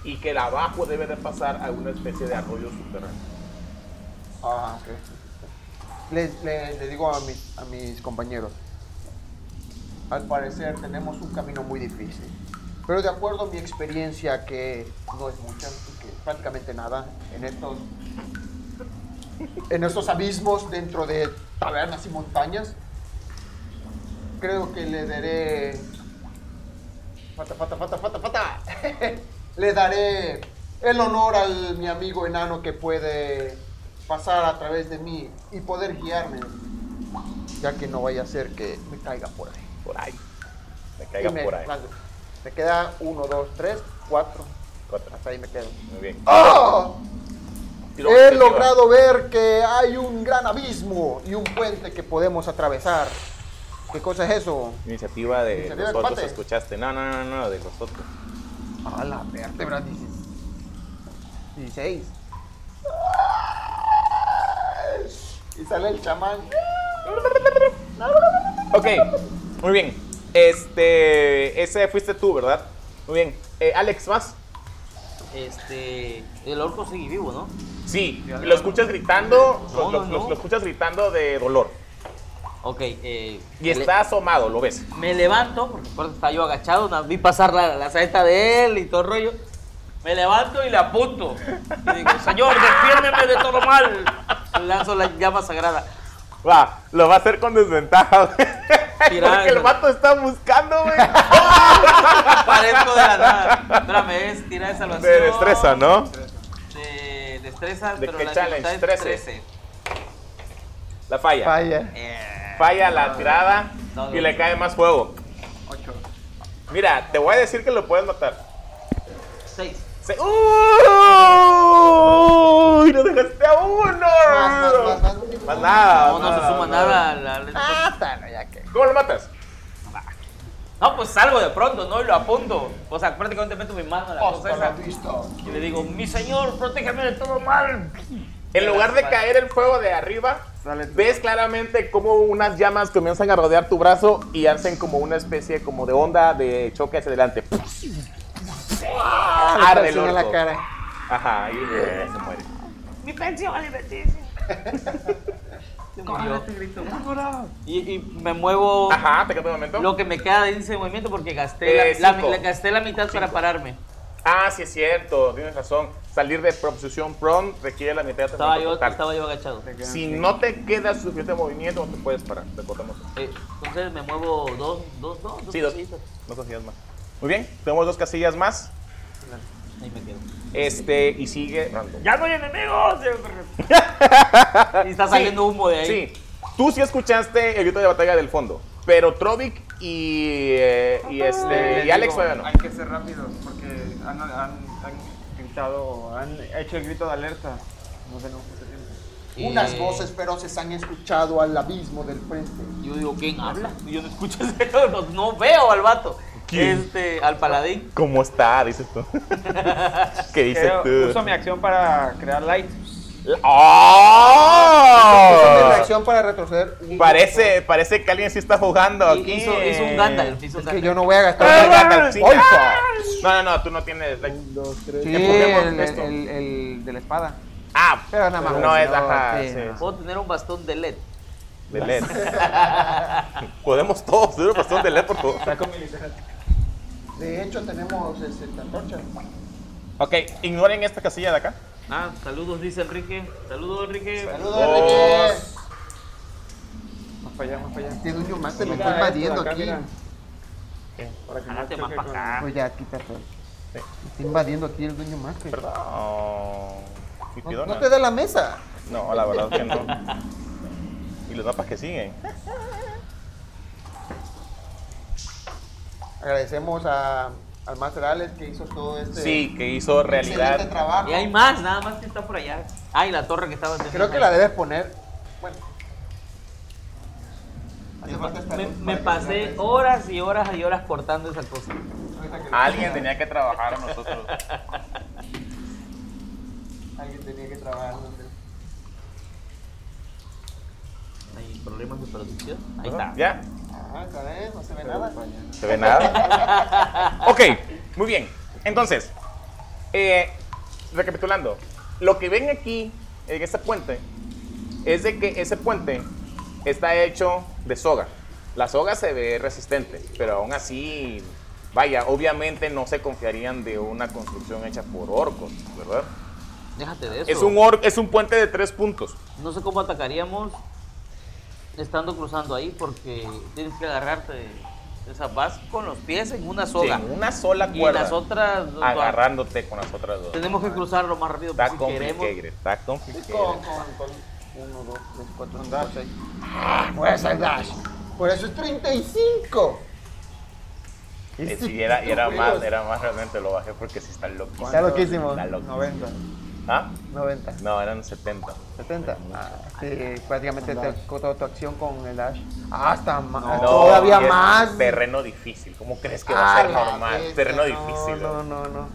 y que el abajo debe de pasar a una especie de arroyo subterráneo. Ah, ok. Le, le- le digo a, mis- a mis compañeros, al parecer tenemos un camino muy difícil, pero de acuerdo a mi experiencia, que no es mucha, que prácticamente nada, en estos, en estos abismos dentro de tabernas y montañas, creo que le daré... Pata, pata, pata, pata, pata. le daré el honor al mi amigo enano que puede pasar a través de mí y poder guiarme. Ya que no vaya a ser que me caiga por ahí. Por ahí. Me caiga Y me- por ahí. Me queda uno, dos, tres, cuatro. Cuatro. Hasta ahí me quedo. Muy bien. ¡Ah! ¡Oh! Tiro He perspectiva. logrado ver que hay un gran abismo y un puente que podemos atravesar. ¿Qué cosa es eso? Iniciativa de Iniciativa de los otros, combate. escuchaste. No, no, no, no, de los otros. A la vértebra 16. Y sale el chamán. Ok, muy bien. Este, ese fuiste tú, ¿verdad? Muy bien. Eh, Alex, ¿más? Este. El orco sigue vivo, ¿no? Sí, lo escuchas gritando, No, lo, lo- no, lo- no. lo escuchas gritando de dolor. Ok, eh. Y le- está asomado, lo ves. Me levanto, porque aparte estaba yo agachado, na- vi pasar la, la saeta de él y todo el rollo. Me levanto y le apunto. Y digo, señor, defiéndeme de todo mal. Lanzo la llama sagrada. Va, lo va a hacer con desventaja, güey. Tirada, Porque el güey. vato está buscando, güey. Aparezco de la nada. Espérame, es tirar de salvación. De destreza, ¿no? De destreza, ¿De pero qué la challenge? dificultad es 13. 13. La falla. Falla, Vaya. Eh, la tirada No, no. y le cae más fuego. Ocho. Mira, te voy a decir que lo puedes matar. 6. Se... ¡Uy! ¡Lo dejaste a uno! Más, más, más, más. Más nada. No, no se suma nada a la- a la- Ah, bueno, ya que. ¿Cómo lo matas? No, pues salgo de pronto, ¿no? Y lo apunto. O sea, prácticamente meto mi mano en la cosa Hasta esa. la vista. Y le digo, mi señor, protégeme de todo mal. En lugar de caer el fuego de arriba, Sale tu- ves claramente como unas llamas comienzan a rodear tu brazo y hacen como una especie como de onda de choque hacia adelante. Ah, Arde el Así en la orco. cara. Ajá, y eh, se muere. Mi pensión alimenticia. Corre, te grito, "Vámonos". y, y me muevo Ajá, te quedo un momento. lo que me queda de ese movimiento porque gasté, Eh, la, la- cinco. la- gasté la mitad para pararme. Ah, sí es cierto, tienes razón. Salir de proposición prom requiere la mitad de Estaba movimiento yo, total. estaba yo agachado. Te quedan Si cinco. no te queda suficiente movimiento, no te puedes parar. Recordamos eso. Eh, entonces me muevo dos, dos, dos, dos Sí, dos, cositas. dos casillas más. Muy bien, tenemos dos casillas más. Ahí me quedo. Este, y sigue Random. ¡Ya no hay enemigos! Y está saliendo humo de ahí. Sí, tú sí escuchaste el grito de batalla del fondo, pero Trovic y, eh, y, Ah, Le- este, le y Alex digo, todavía no. Hay que ser rápidos porque han, han- han Gritado, han hecho el grito de alerta. No tenemos mucho tiempo. Eh, Unas voces feroces han escuchado al abismo del frente. Yo digo, ¿quién habla? Y Yo no escucho ese no, no veo al vato. ¿Quién? Este, al paladín. ¿Cómo está? Dices tú. ¿Qué dices Creo- tú? uso mi acción para crear light. Usa mi ¡Oh! reacción para retroceder. un- Parece, parece que alguien sí está jugando Y- aquí. eh, Hizo, hizo un Gandalf. Hizo un Es que Gandalf. yo no voy a Tú no gastar. eres Gandalf, sí. ¡Ay, No, no, no, tú no tienes. like, Un, dos, tres. Sí, Te ponemos el, esto. el- el de la espada. Ah, Pero nada más. No es, No, ajá. sí, sí, no. Puedo tener un bastón de LED. De LED. Podemos todos tener un bastón de LED, por favor. De hecho, tenemos este, antorcha. Ok, ignoren esta casilla de acá. Ah, saludos, dice Enrique. Saludos, Enrique. Saludos, Dos. Enrique. Más para allá, más para allá. Este duño más se me Mira está esto de invadiendo acá, aquí. mira. Para que Hágate no más choque para con- acá. Pues ya, quítate. Sí. Está invadiendo aquí el dueño más. que- Perdón. No, Pipidona. no te da la mesa. No, la verdad que no. Y los mapas que siguen. Agradecemos a, al Master Alex que hizo todo este Sí, que hizo excelente realidad. trabajo. Y hay más, nada más que está por allá. Ah, y la torre que estaba Creo que la debes poner. Bueno. Hace falta esta Me, luz me para que pasé la- horas y horas y horas cortando esa cosa. ahorita que la- Alguien tenía que trabajar a nosotros. Alguien tenía que trabajar. no sé. Hay problemas de producción. Ahí está. ¿Ya? Ah, ¿está bien? No se ve nada. ¿Se ve nada? ok, muy bien. Entonces, eh, recapitulando, lo que ven aquí, en este puente, es de que ese puente está hecho de soga. La soga se ve resistente, pero aún así, vaya, obviamente no se confiarían de una construcción hecha por orcos, ¿verdad? Déjate de eso. Es un, or- es un puente de tres puntos. No sé cómo atacaríamos estando cruzando ahí porque tienes que agarrarte de esa vas con los pies en una soga. Sí, una sola y en cuerda. las otras no, agarrándote con las otras dos. tenemos que cruzar lo más rápido Está posible. complicado, Queremos. está Eh, complicado. Con, con, con uno, dos, tres, cuatro, cinco, seis. Pues el dash. Por eso es 35. Eh, sí, era, era más, era más realmente lo bajé porque sí está loco. Está loquísimo. Está loco. 90. ¿Ah? 90, No, eran 70. 70. Ah, sí, eh, prácticamente te, con toda tu acción con el dash. Hasta más. No, Ah, todavía y es más. Ah, Terreno difícil. ¿Cómo crees que va a ser normal? terreno difícil. No, no, no.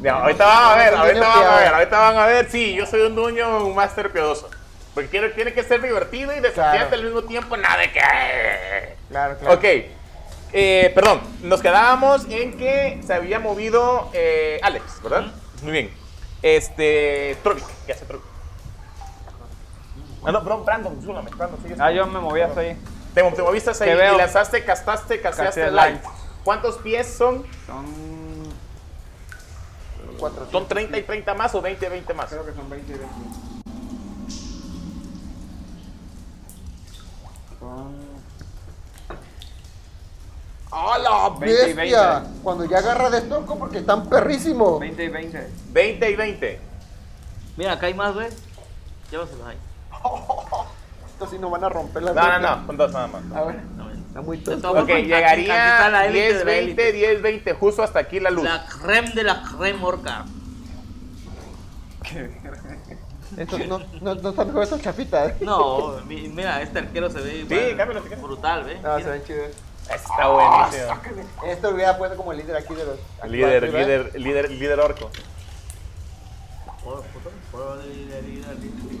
Ya, ahorita van a ver, Niño ahorita van a piadoso. ver, ahorita van a ver. Sí, yo soy un dueño, un máster piadoso. Porque quiero- tiene que ser divertido y desafiante Claro. al mismo tiempo. Nada de que. Claro, claro. Ok. Eh, perdón, nos quedábamos en que se había movido eh, Alex, ¿verdad? Muy bien. Este. Trovic, ¿qué hace Trovic? Ah, no, perdón, Brandon, discúlpame. Brandon, sigue. Ah, yo me moví hasta ahí. Te, te moviste hacia ¿Qué ahí veo? y lanzaste, castaste, casteaste Casté light. light. ¿Cuántos pies son? Son. ¿Son 30 y 30 más o 20 y 20 más? Creo que son 20 y 20. Son. ¡A la 20 y bestia! 20. Cuando ya agarra de estonco porque están perrísimos. 20 y 20. 20 y 20. Mira, acá hay más, güey. Llévaselos ahí. Estos sí nos van a romper la No, no, no, son dos nada más. A ver, No, ven. está muy tonto. Vamos Ok, con- aquí- aquí está llegaría la élite de 10, la 20, élite. 10, 20, justo hasta aquí la luz. La creme de la creme orca. Estos no, no, no están mejor estos chapitas. No, mi- mira, este arquero se ve Sí, va- cámbialo, sí, cámbialo. brutal, ¿ve? No, Mira. se ven chidos. Está buenísimo. Esto lo hubiera puesto como líder aquí de los. Líder, ¿verdad? líder, líder, líder orco. Por- por- por- líder, líder, líder.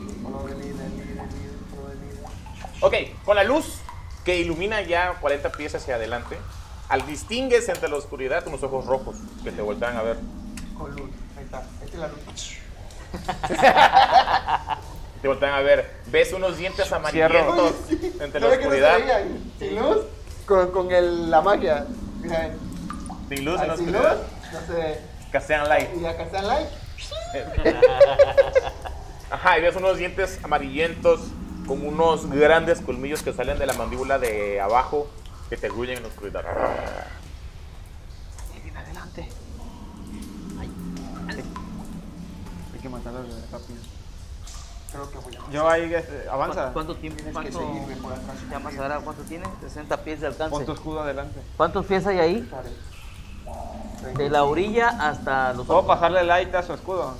Ok, con la luz que ilumina ya 40 pies hacia adelante, al distingues entre la oscuridad unos ojos rojos que te voltean a ver. Con luz. Ahí está. Esta es la luz. Te voltean a ver. Ves unos dientes amarillentos entre la ¿Sabes que no se oscuridad. veía? ¿Sin luz? Con, con el, la magia. Mira, Sin luz, en al la sin luz, oscuridad. no se ve. Castean light. Y acá está el like. Ajá, y ves unos dientes amarillentos con unos grandes colmillos que salen de la mandíbula de abajo que te grullen en la oscuridad. Viene adelante. Hay que matarlo rápido. Creo que voy a. Yo ahí, este, avanza. ¿Cu- ¿Cuánto tiempo? Tienes que ¿Cuánto? seguirme por atrás. Ya más ahora, ¿cuánto tiene? 60 pies de Pon alcance. tu escudo adelante. ¿Cuántos pies hay ahí? Estaré. De la orilla hasta los ¿Puedo pasarle light a su escudo?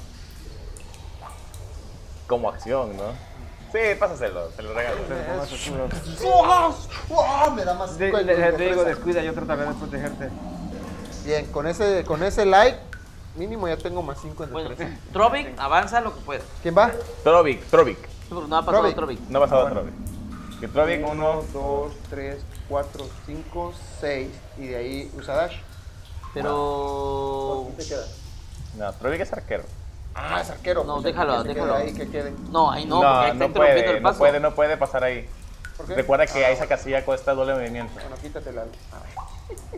Como acción, ¿no? Sí, pásaselo, te lo regalo. Te lo pongo a su escudo. ¡Fuas! ¡Fuas! Me da más. De- cinco de- de- de- de- te digo, de- descuida, yo trataré de protegerte. Bien, con ese, con ese like, mínimo ya tengo más 5 en Bueno, destreza. Trovic, avanza lo que pueda. Sí, ¿Quién va? Trovic, Trovic. porque No ha pasado Trovic. Trovic. No ha pasado Trovic. Que Trovic, uno. 1, 2, 3, 4, 5, 6. Y de ahí usa dash. Pero. ¿Dónde te queda? No, Trovic es arquero. Ah, es arquero. No, pues, el que déjalo, se déjalo. quede Ahí que quede. No, ahí no, porque ahí no, está no interrumpiendo puede, el no paso. Ah. puede, no puede pasar ahí. ¿Por qué? Recuerda que a esa casilla cuesta doble movimiento. Bueno, quítatela. Ah,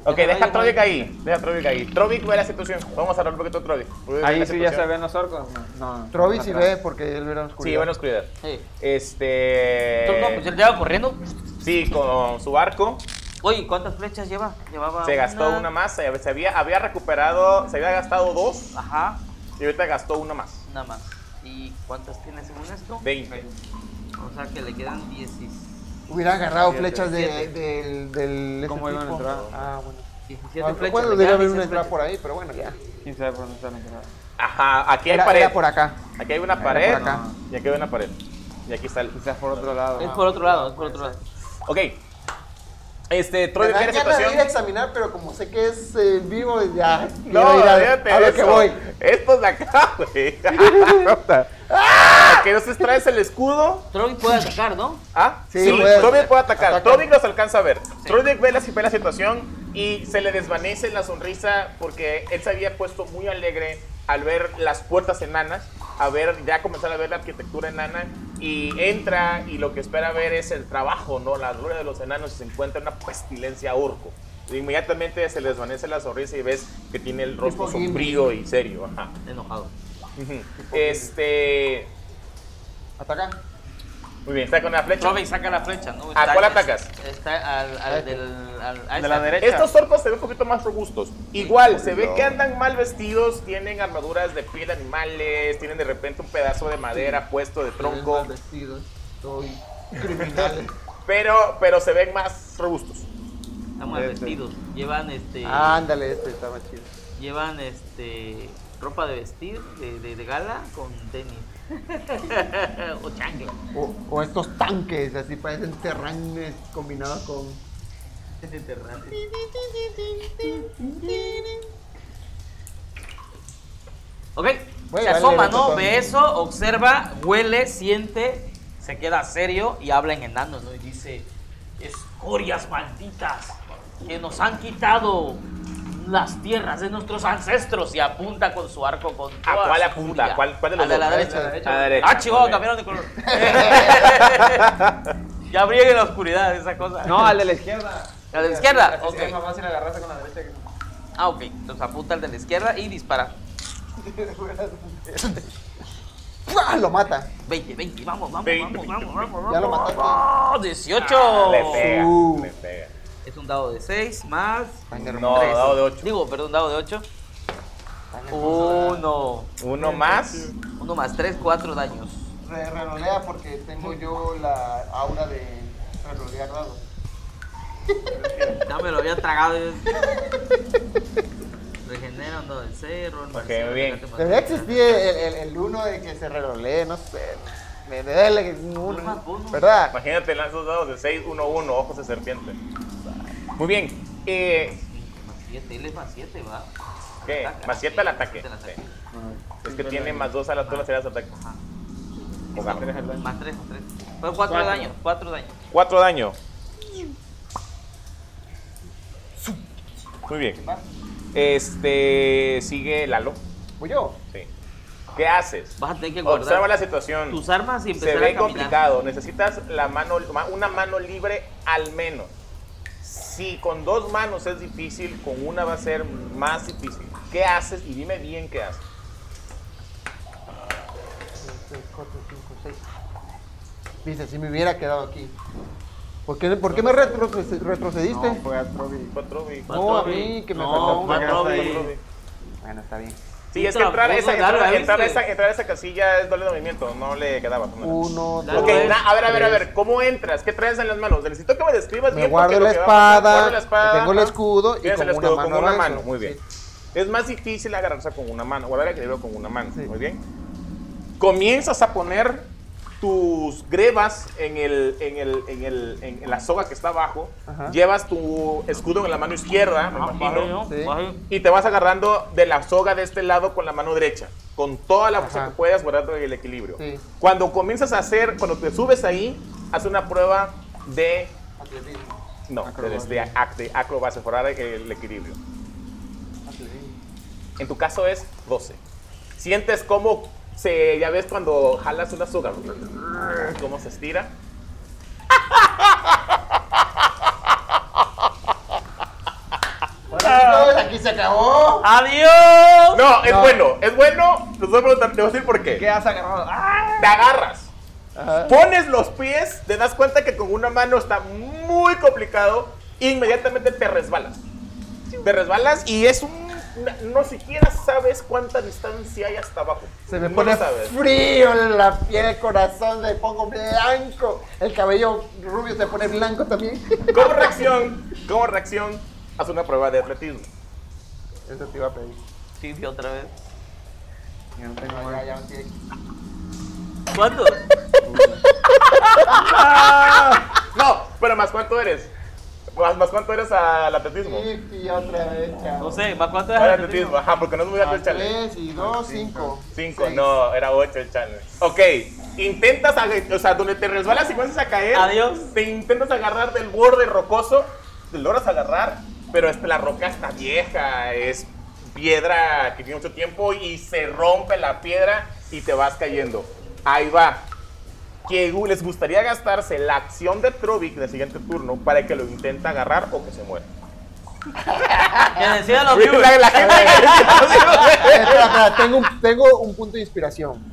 Ok, Ya, deja ya, a Trovic ya. ahí. Deja a Trovic ahí. Trovic ve la situación. Vamos a hablar un poquito de Trovic. Ve la Ahí sí ya se situación. ven los orcos. No, no. Trovi sí Atrás. ve porque él verá oscuridad. Sí, bueno, oscuridad. Sí. Entonces, no, pues Este. él lleva corriendo. Sí, con su barco. Oye, ¿cuántas flechas lleva? Llevaba. Se gastó una más. Se se había, había recuperado. Se había gastado dos. Ajá, Y ahorita gastó una más. una más. ¿Y cuántas tiene según esto? 20. O sea que le quedan 16. Hubiera agarrado Siete, flechas de, siete. del, del. ¿Cómo ese iban a tipo. entrar? Ah, bueno. 17 Ah, flechas. Bueno, le debería quedan haber 16 una entrada flechas. por ahí, pero bueno, ya. ¿Quién sabe por dónde está la entrada? Ajá, aquí hay Era, pared. era por acá. Aquí hay una Era pared. por acá. Y aquí hay una pared. Y aquí está el. Quizás por otro lado. Es por otro lado, es por otro lado. Ok. Este, Me Trovic ve dan la ganas de ir a situación. examinar, pero como sé que es eh, vivo, ya. No, quiero ir a, olvídate a de lo que eso. voy. Esto es de acá, güey. que no se traes el escudo. Trovic puede atacar, ¿no? ¿Ah? Sí, puede. Trovic puede atacar. Ataca. Trovic los alcanza a ver. Trovic ve la, ve la situación y se le desvanece la sonrisa porque él se había puesto muy alegre al ver las puertas enanas, a ver, ya comenzar a ver la arquitectura enana y entra y lo que espera ver es el trabajo, ¿no? La gloria de los enanos y se encuentra una pestilencia orco. Inmediatamente se le desvanece la sonrisa y ves que tiene el rostro Tipo Gimli. sombrío y serio. Ajá. Enojado. Este. Ataca. Muy bien, está con la flecha. Trovic saca la flecha, ¿no? ¿A cuál atacas? Está al, al del. Al, a De la esa. derecha. Estos orcos se ven un poquito más robustos. Igual, se ve que andan mal vestidos, tienen armaduras de piel de animales, tienen de repente un pedazo de madera puesto de tronco, Mal vestido, Soy criminal. pero, pero se ven más robustos. Están mal vestidos. Llevan este. Ah. Ándale, este estaba chido. Llevan este. Ropa de vestir, de, de, de gala, con tenis. o chancla. O, o estos tanques, así parecen terranes combinados con. Ok, Güey, vale, se asoma, le ¿no? tocó. Ve eso, observa, huele, siente, se queda serio y habla en enano, ¿no? Y dice, escorias malditas que nos han quitado las tierras de nuestros ancestros y apunta con su arco con ¿A toda Ah, cuál su apunta? furia. ¿Cuál- cuál de los a la, dos? a la A derecha. la derecha. A la derecha. Ah, Muy chihuahua, bien. cambiaron de color. ya briegue la oscuridad esa cosa. No, al de la izquierda. ¿Al de la izquierda? Así Ok. Es más fácil agarrarse con la derecha. que- Ah, ok. Entonces apunta al de la izquierda y dispara. ¡Pua! ¡Ah! Lo mata. 20, 20, vamos, vamos, 20, vamos, vamos, vamos, Ya lo vamos. mataste. ¡Oh, 18! Ah, Le pega, Uh. le pega. es un dado de 6 más. Tan hermoso. No, dado de 8. Digo, perdón, dado de 8. Tan hermoso. 1. Uno más. 1 más 3, 4 daños. Re- Renolea porque tengo yo la aura de renolear dados. Ya me lo había tragado. yo- Regenera un dado de 6, rol más Ok, cero, muy bien. rescate más Debería tres. existir el, el, el uno de que se rerolee, no sé. Me dele un más uno. bonus. ¿Verdad? Imagínate, lanza dos dados de 6, 1, 1, ojos de serpiente. Muy bien. Eh, Más 7, él es más 7, va. ¿Qué? Ataca, Más 7 sí, al ataque. siete al ataque. Sí. Es que tiene más 2 a las todas las ataques. Ajá. Con arma. Más 3, más 3. Fue 4 Cuatro. daños, 4 daños. 4 daño. Muy bien. Este sigue Lalo. Voy yo. Sí. ¿Qué haces? Vas a tener que Observa guardar la situación. tus armas y empezar Se a ve caminar. complicado. Necesitas la mano, ma- una mano libre al menos. Si con dos manos es difícil, con una va a ser más difícil. ¿Qué haces? Y dime bien qué haces. 3, 4, 5, 6. Viste, si me hubiera quedado aquí. ¿Por qué, por qué me retroce- retrocediste? No, fue Atrobi. Cuatro bits. No, a mí, que me faltó No, un cuatro gracias bits. ahí. Bueno, está bien. Sí, es que entrar a Puta, esa, vos no entrar, la entrar a viste. esa, entrar a esa casilla es doble movimiento, no le quedaba. no era. Uno, Dale, dos. Ok, Tres, na- a ver, a ver, a ver, ¿cómo entras? ¿Qué traes en las manos? Necesito que me describas Me bien. guardo porque la lo que va a pasar- espada, guardo la espada, tengo el ajá. escudo y Tienes con el una escudo, mano con una avanzo, mano, muy bien. Es más difícil agarrarse con una mano, guardar el equilibrio con una mano, Sí. muy bien. Comienzas a poner tus grebas en, el, en, el, en, el, en, en la soga que está abajo, Ajá. llevas tu escudo en la mano izquierda, me imagino. Sí. Y te vas agarrando de la soga de este lado con la mano derecha, con toda la fuerza Ajá. que puedas guardando el equilibrio. Sí. Cuando comienzas a hacer, cuando te subes ahí, haz una prueba de. Atletismo. No, de, este, Acrobacia. de ac- de acrobacia, mejorar el equilibrio. En tu caso es 12. Sientes cómo se. Ya ves cuando jalas una soga, cómo se estira. Bueno, aquí se acabó. ¡Adiós! No, es No. bueno, es bueno. Les voy a preguntar, te voy a decir por qué. ¿Qué has agarrado? ¡Ah! te agarras. Ajá. Pones los pies, te das cuenta que con una mano está muy complicado, inmediatamente te resbalas. Te resbalas y es un... No siquiera sabes cuánta distancia hay hasta abajo. Se me No pone lo sabes. frío en la piel, el corazón me pongo blanco. El cabello rubio se pone blanco también. Como reacción, como reacción, haz una prueba de atletismo. Eso te iba a pedir. Sí, sí, otra vez. Yo no tengo Ya, más. ya, sí. ¿Cuánto? Ah. No, pero más cuánto eres. Más, más cuánto eres al atletismo. Sí, sí, otra vez, chavo. No sé, ¿más cuánto es Al el atletismo, ajá, porque no es muy Ah, alto el challenge. Tres y dos, Ah, cinco. 5, Seis. no, era 8 el challenge. Ok, intentas, aga- o sea, donde te resbalas y comienzas a caer. Adiós. Te intentas agarrar del borde rocoso, te logras agarrar, pero es- la roca está vieja, es piedra que tiene mucho tiempo y se rompe la piedra y te vas cayendo. Ahí va. Que u- les gustaría gastarse la acción de Trovic del siguiente turno para que lo intente agarrar o que se muera. Que decían los La, viewers. la gente- Espera, espera, tengo un, tengo un punto de inspiración.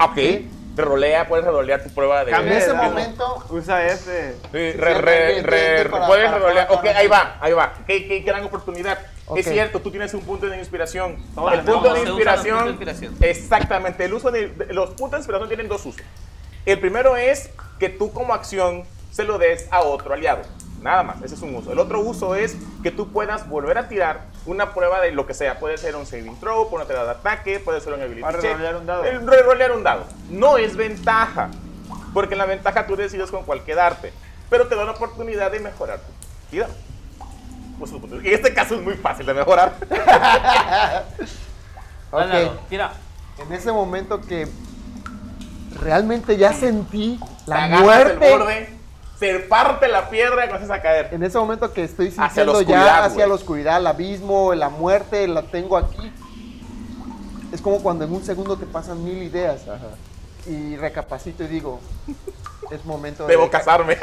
Ok, te rolea, puedes rolear tu prueba de. En Cambia de ese edad. momento, Usa este. ese. Sí, Sí, re, sí, re, sí, re, sí, para- puedes para- rolear. para- ok, para- ahí va, ahí va. Qué, qué gran oportunidad. Ok. Es cierto, tú tienes un punto de inspiración. Todos el punto de tenemos, se usan los inspiración, puntos de inspiración. Exactamente. El uso de, de- los puntos de inspiración tienen dos usos. El primero es que tú como acción se lo des a otro aliado. Nada más, ese es un uso. El otro uso es que tú puedas volver a tirar una prueba de lo que sea. Puede ser un saving throw, puede ser un ataque, puede ser un ability Para check. rolear un dado. El re- rolear un dado. No es ventaja, porque en la ventaja tú decides con cuál quedarte, pero te da la oportunidad de mejorar tu vida. Pues, En este caso es muy fácil de mejorar. Ándalo, ok, Tira. en ese momento que realmente ya sentí Te la agarras del muerte. borde, se parte la pierna y comienzas a caer. En ese momento que estoy Hacia la sintiendo oscuridad, ya hacia güey. la oscuridad, el abismo, la muerte, la tengo aquí. Es como cuando en un segundo te pasan mil ideas y recapacito y digo, es momento de Debo dejar- casarme.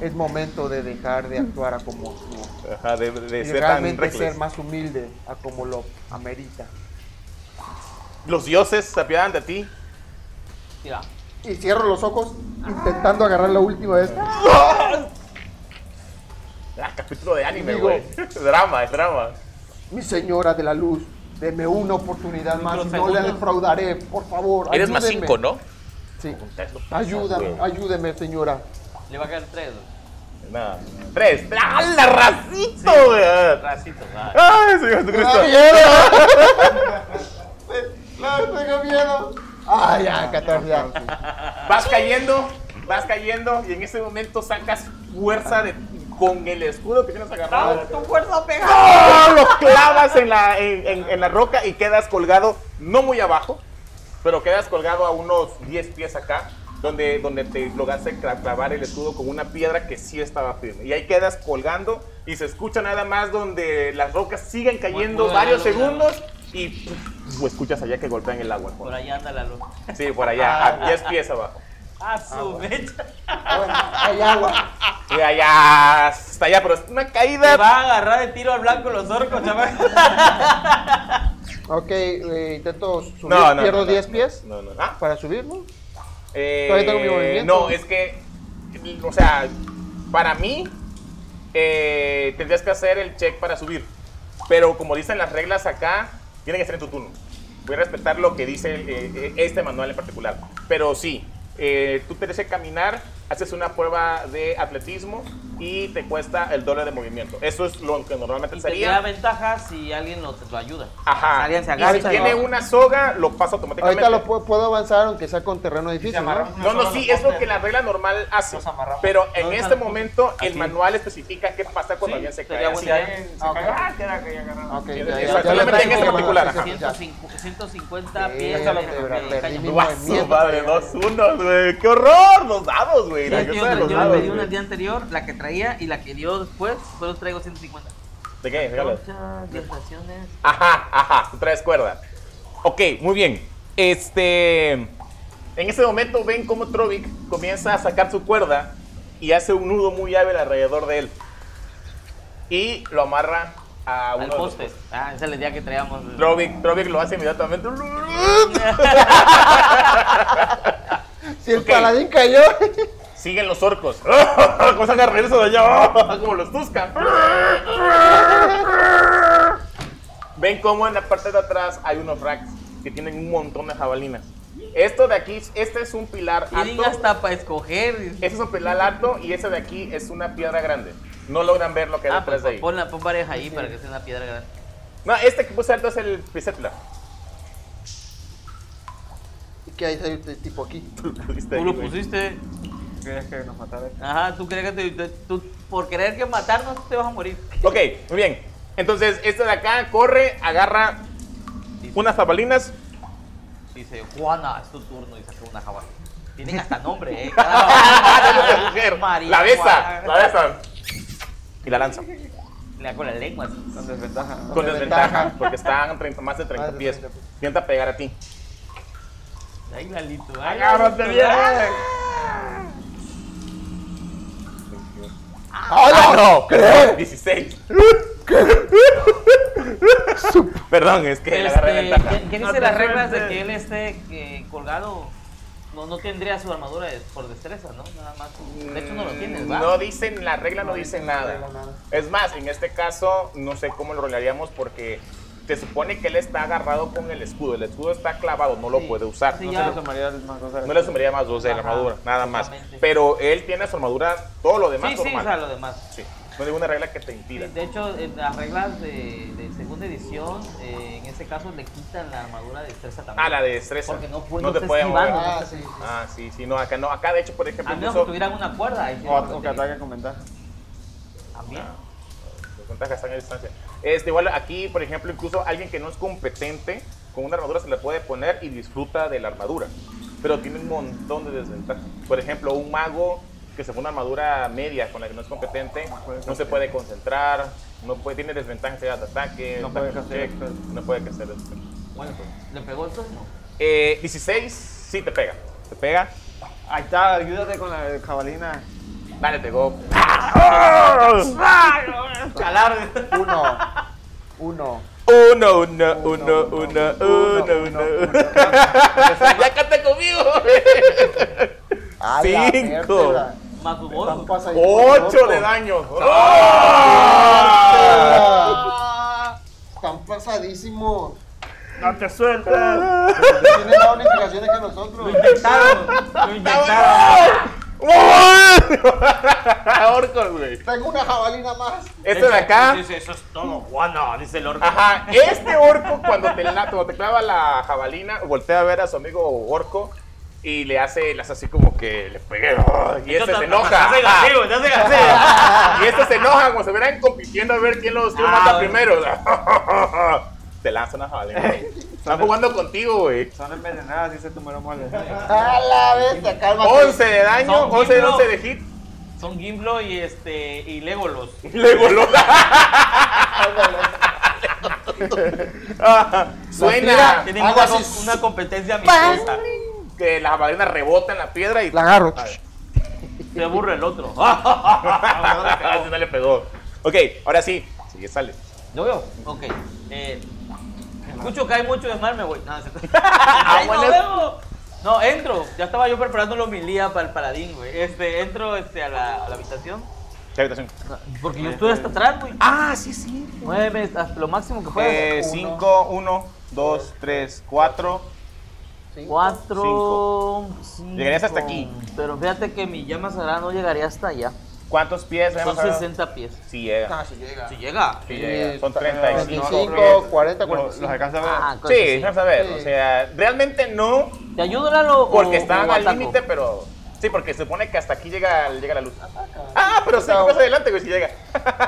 es momento de dejar de actuar a como actúo. Ajá, de, de y ser tan realmente reckless. ser más humilde a como lo amerita. Los dioses se apiadan de ti. Tira. Y cierro los ojos intentando agarrar la última vez. Ah, capítulo de anime, Digo- güey. Drama, es drama. Mi señora de la luz, deme una oportunidad más y no Microsegundos. le defraudaré, por favor. Eres más ayúdeme. 5, ¿no? Sí. Puta, eso pasa, Ayúdame, güey. ayúdeme, señora. Le va a caer tres. Nada. Tres. ¡Ah, la racito, Sí. güey! Ah, Racito. va. ¡Ay, Señor Jesucristo! No, tengo miedo. Ah, ya, 14 ya. Vas cayendo, vas cayendo y en ese momento sacas fuerza de, con el escudo que tienes agarrado. Ah, Tu fuerza pega. ¡Ah! Lo clavas en la, en, en- en la roca y quedas colgado, no muy abajo, pero quedas colgado a unos 10 pies acá, donde, donde te lograste cla- clavar el escudo con una piedra que sí estaba firme. Y ahí quedas colgando y se escucha nada más donde las rocas siguen cayendo Muy- muy varios bien, logrado. segundos y puf, escuchas allá que golpean el agua. Por ahí anda la luz. Sí, por allá, a 10 pies abajo. A su mecha. Ah, bueno, hay agua. Y allá, hasta allá, pero es una Te caída. va a agarrar de tiro al blanco los orcos, chaval. Ok, eh, intento subir. No, no. Pierdo no, no, 10 no, pies No, no. Ah, para subir, ¿no? eh, Todavía tengo mi movimiento. No, es que, o sea, para mí, eh, tendrías que hacer el check para subir. Pero como dicen las reglas acá, tiene que ser en tu turno. Voy a respetar lo que dice eh, eh, este manual en particular. Pero sí, eh, tú tienes que caminar, haces una prueba de atletismo y te cuesta el doble de movimiento. Eso es lo que normalmente Y te sería. Ah, da ventaja si alguien lo, lo ayuda. Ajá. Alguien se y si agacha. y tiene lo- una soga, lo pasa automáticamente. Ahorita lo pu- puedo avanzar aunque sea con terreno difícil, ¿no? amarramos. No, no, sí, es lo que la regla normal hace. Nos amarramos. Pero en Nos este jalamos. momento el Así. manual especifica qué pasa cuando Sí, alguien se cae. sería así. buena idea. alguien se Ah, ok. caga, ah, queda que ya agarramos. Ok, ya, Sí, ya, sí, ya, ya solamente lo traigo en este como- particular, sí, sí, sí, ya. 150, 150 Sí, pies ya lo de- perdí, de perdí caña. mi Guau, su movimiento, madre, güey. 2-1, güey. ¡Qué horror! Los dados, güey. Sí, La yo, cosa de los yo dados. pedí una güey. el día anterior, la que traía y la que dio después, solo traigo 150. ¿De qué? Regálalo. Muchas sensaciones. Ajá, ajá, tú traes cuerda. Ok, muy bien. Este. En ese momento ven cómo Trovic comienza a sacar su cuerda y hace un nudo muy hábil alrededor de él. Y lo amarra a uno Al de los poste. Ah, ese es el día que traíamos. Trovic, Trovic lo hace inmediatamente. Si el Ok. paladín cayó. Siguen los orcos. Cosas de regreso de allá. Como los Tuscan. Ven cómo en la parte de atrás hay unos racks que tienen un montón de jabalinas. Esto de aquí, este es un pilar Y alto. diga hasta para escoger. Este es un pilar alto y ese de aquí es una piedra grande. No logran ver lo que hay Ah, detrás pues de ahí. ponla, pon varias ahí para que sea una piedra grande. No, este que puse alto es el Pisepla. Que ahí salió este tipo aquí. Tú lo pusiste. Tú ahí, lo güey. pusiste. ¿Quieres que nos matara? Ajá, tú crees que te- te- tú, por creer que matarnos te vas a morir. Ok, muy bien. Entonces, este de acá corre, agarra unas jabalinas. Dice, Juana, es tu turno y sacó una jabalí. Tienen hasta nombre, eh. Ah, no, mujer. María La besa, Juana. la besa. Y la lanza. Le hago la lengua. así. Con desventaja. ¿no? Con de desventaja, ventaja. porque están a 30 más de 30 Más de pies. 30 pies. Intenta pegar a ti. Ay, Lalito. ay, ¡Agárrate Lalito, bien! ay. ¡Ah! ¡Hola! Ah, no! ¡Creo! 16. Perdón, es que le agarré Este, ventaja. ¿qué- ¿Qué No dice te las reglas de sueltes. que él esté eh, colgado? No, no tendría su armadura de- por destreza, ¿no? Nada más. De hecho, no lo tienes, ¿va? Mm, No dicen, la regla no, No dice dice nada. regla nada. Es más, en este caso, no sé cómo lo rolearíamos porque se supone que él está agarrado con el escudo. El escudo está clavado, no lo Sí. puede usar. Sí, No ya. se le tomaría el más cosa. No le sumaría más 12 de la Ajá, armadura, nada más. exactamente. Pero él tiene su armadura, todo lo demás sí, sí, o normal. sea, lo demás. Sí, no hay ninguna regla que te impida. De hecho, en las reglas de, de segunda edición, eh, en ese caso le quitan la armadura de destreza también. Ah, la de destreza. Porque no, puede, No no te está puede mover. esquivando, Ah, Ah, no está- sí. sí. Ah, sí, sí, no, acá no. Acá, de hecho, por ejemplo, A menos puso- que tuvieran una cuerda. ahí sí O, lo o que metería. ataque con ventaja. También. Ah. Las ventajas están a distancia. Este, igual aquí, por ejemplo, incluso alguien que no es competente con una armadura se la puede poner y disfruta de la armadura. Pero tiene un montón de desventajas. Por ejemplo, un mago que se pone una armadura media con la que no es competente, no se puede concentrar, no puede, tiene desventajas de ataque, No puede attack hacer check, efecto. no puede hacer efecto. Bueno, pues, le pegó entonces. no. Eh, 16, sí te pega. Te pega. Ahí está, ayúdate con la jabalina. Dale, pegó. Calar. Uno. Uno. Uno, uno, uno, uno, uno, uno. Ya canta conmigo. A Cinco. la vértebra. Más tu Están voz. pasaditos Ocho de de loco. daño. ¡Oh! Ah. Están pasadísimos. No te sueltes. Tienen más bonificaciones que nosotros. Inventaron. lo Inventaron. Orcos, güey. Tengo una jabalina más. Este de acá. Dice, eso es todo, Juana, dice el orco. Ajá, este orco cuando te, la- cuando te clava la jabalina, voltea a ver a su amigo orco y le hace, le hace así como que le pegué. ¡ah! Y este se enoja. Te hace ajá. gasivo, te hace gasivo. Y este se enoja como se verán compitiendo a ver quién los quién lo Ah, mata bueno. primero. te lanzan a jabalina. güey. Están jugando contigo, güey. Son envenenadas, dice tu mero mole. A la bestia, cálmate. 11 de daño, Son 11 de cinco. 11 de hit. Son Gimblo y este y Legolos. Y le voló. Suena. Tienen Algo una, así. com- una competencia amistosa. que las magrinas rebotan la piedra y La agarro. Vale. Se aburre el otro. Ah, sí, no le pegó. Ok, ahora sí. Sí, ya sale. ¿Yo veo? Ok. Eh, escucho que hay mucho desmadre, me voy. No, se... bueno. No, entro. Ya estaba yo preparando la homilía para el paladín, güey. Este, entro este, a, la, a la habitación. ¿Qué habitación? Porque yo estuve hasta atrás, güey. Este. Ah, sí, sí. Nueve, hasta lo máximo que juegas. 5, 1, 2, 3, 4. Cuatro. cinco. Eh, Llegarías hasta aquí. Pero fíjate que mi llama sagrada no llegaría hasta allá. ¿Cuántos pies? Son habíamos hablado? 60 pies. Sí, llega. Ah, sí llega. Si llega. Sí, llega. Son está- 35. 25, 40, Los, 45. los alcanza a ver. Ah, Sí, coño, sí. sí, a saber. Sí. O sea, realmente no, ¿Te ayudo, Lalo? o- porque o están al ataco? límite, pero. Sí, porque se supone que hasta aquí llega, llega la luz. Ah, pero sí, más adelante, güey, si llega.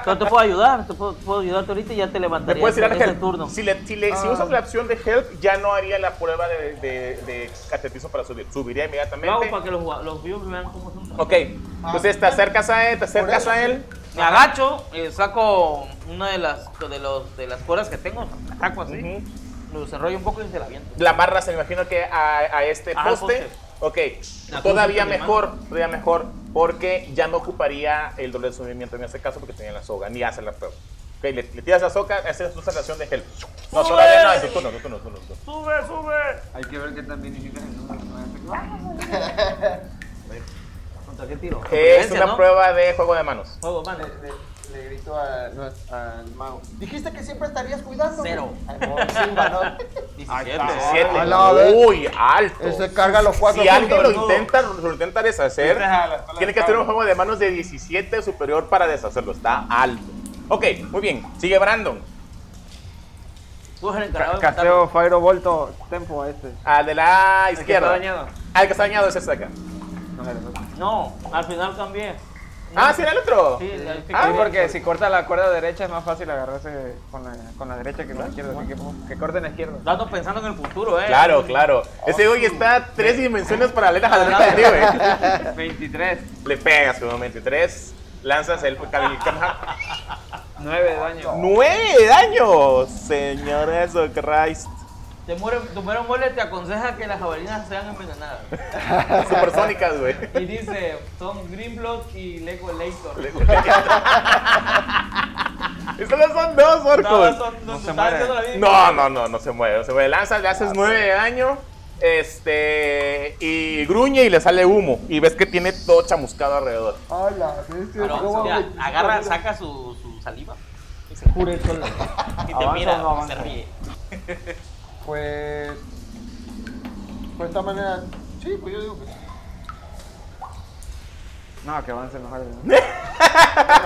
Pero te puedo ayudar, te puedo, puedo ayudarte ahorita y ya te Te levantaría puedes tirar ese, ese help. turno. Si, le, si, le- si Ah. usas la opción de help, ya no haría la prueba de, de, de atletismo para subir. Subiría Lo hago para inmediatamente. que Ah. los, jugad- los vivos vean cómo son. Ok, entonces te acercas a él, te acercas eso. a él. Me agacho, eh, saco una de las de los de las cuerdas que tengo, la saco así, Ujú. lo desenrollo un poco y se la aviento. La barra se me imagino que a, a este Ajá, poste. Ah, poste. Ok. La todavía cruz de mejor, todavía mejor, porque ya no ocuparía el doble de sufrimiento en este caso porque tenía la soga, ni hace la prueba. Ok, le, le tiras la soga, haces una sacación de gel. No, ¡Sube! todavía no, es tu turno, tu turno, tu turno, tu turno. ¡Sube, sube! Hay que ver qué tan bien indicas el número. ¿no? ¿Contra qué tiro? Es Supervivencia, una ¿no? prueba de juego de manos. Juego, mano. Le, le- le grito a- no, al mago. Dijiste que siempre estarías cuidando. Cero. Ay, no, Simba, ¿no? 17. Siete. a la vez. Uy, alto. Ese carga los cuatro si alguien lo puntos. intenta, lo intenta deshacer, tiene que hacer un juego de manos de 17 superior para deshacerlo. Está alto. Ok, muy bien. Sigue Brandon. Tú eres el encargado Ca- de matarlo. Casteo Firebolto Tempo a este. Al de la que está izquierda. dañado. Ah, el que está dañado es ese de acá. No, no, no. No, al final cambié. Ah, sí, era el otro. Sí, ahí sí Ah, cambié. porque si corta la cuerda derecha es más fácil agarrarse con la, con la derecha que con la izquierda. Así que, que corte la izquierda. Dando pensando en el futuro, eh. Claro, claro. Ese güey está tres dimensiones paralelas adelante de ti, güey. 23, Le pegas con un 23, lanzas el cabil- cam- 9 de daño. ¡Nueve de daño! Señores de Christ. Te muere, tu mero mole te aconseja que las jabalinas sean envenenadas. Supersónicas, güey. Y dice, son Greenblock y Lego Leitor. Estos son dos No, orcos. son, No no, se se muere. No, no, no, no se mueve, no se mueve. Lanzas, le Ah, haces nueve de daño. Este. Y gruñe y le sale humo. Y ves que tiene todo chamuscado alrededor. Hola, bestia, ¿cómo mira, me- agarra, saca su, su saliva Y se cura el sol. y te Avanza, mira, no se avanza. ríe. Pues. Pues de esta manera. Sí, pues yo digo que. sí. No, que avance mejor.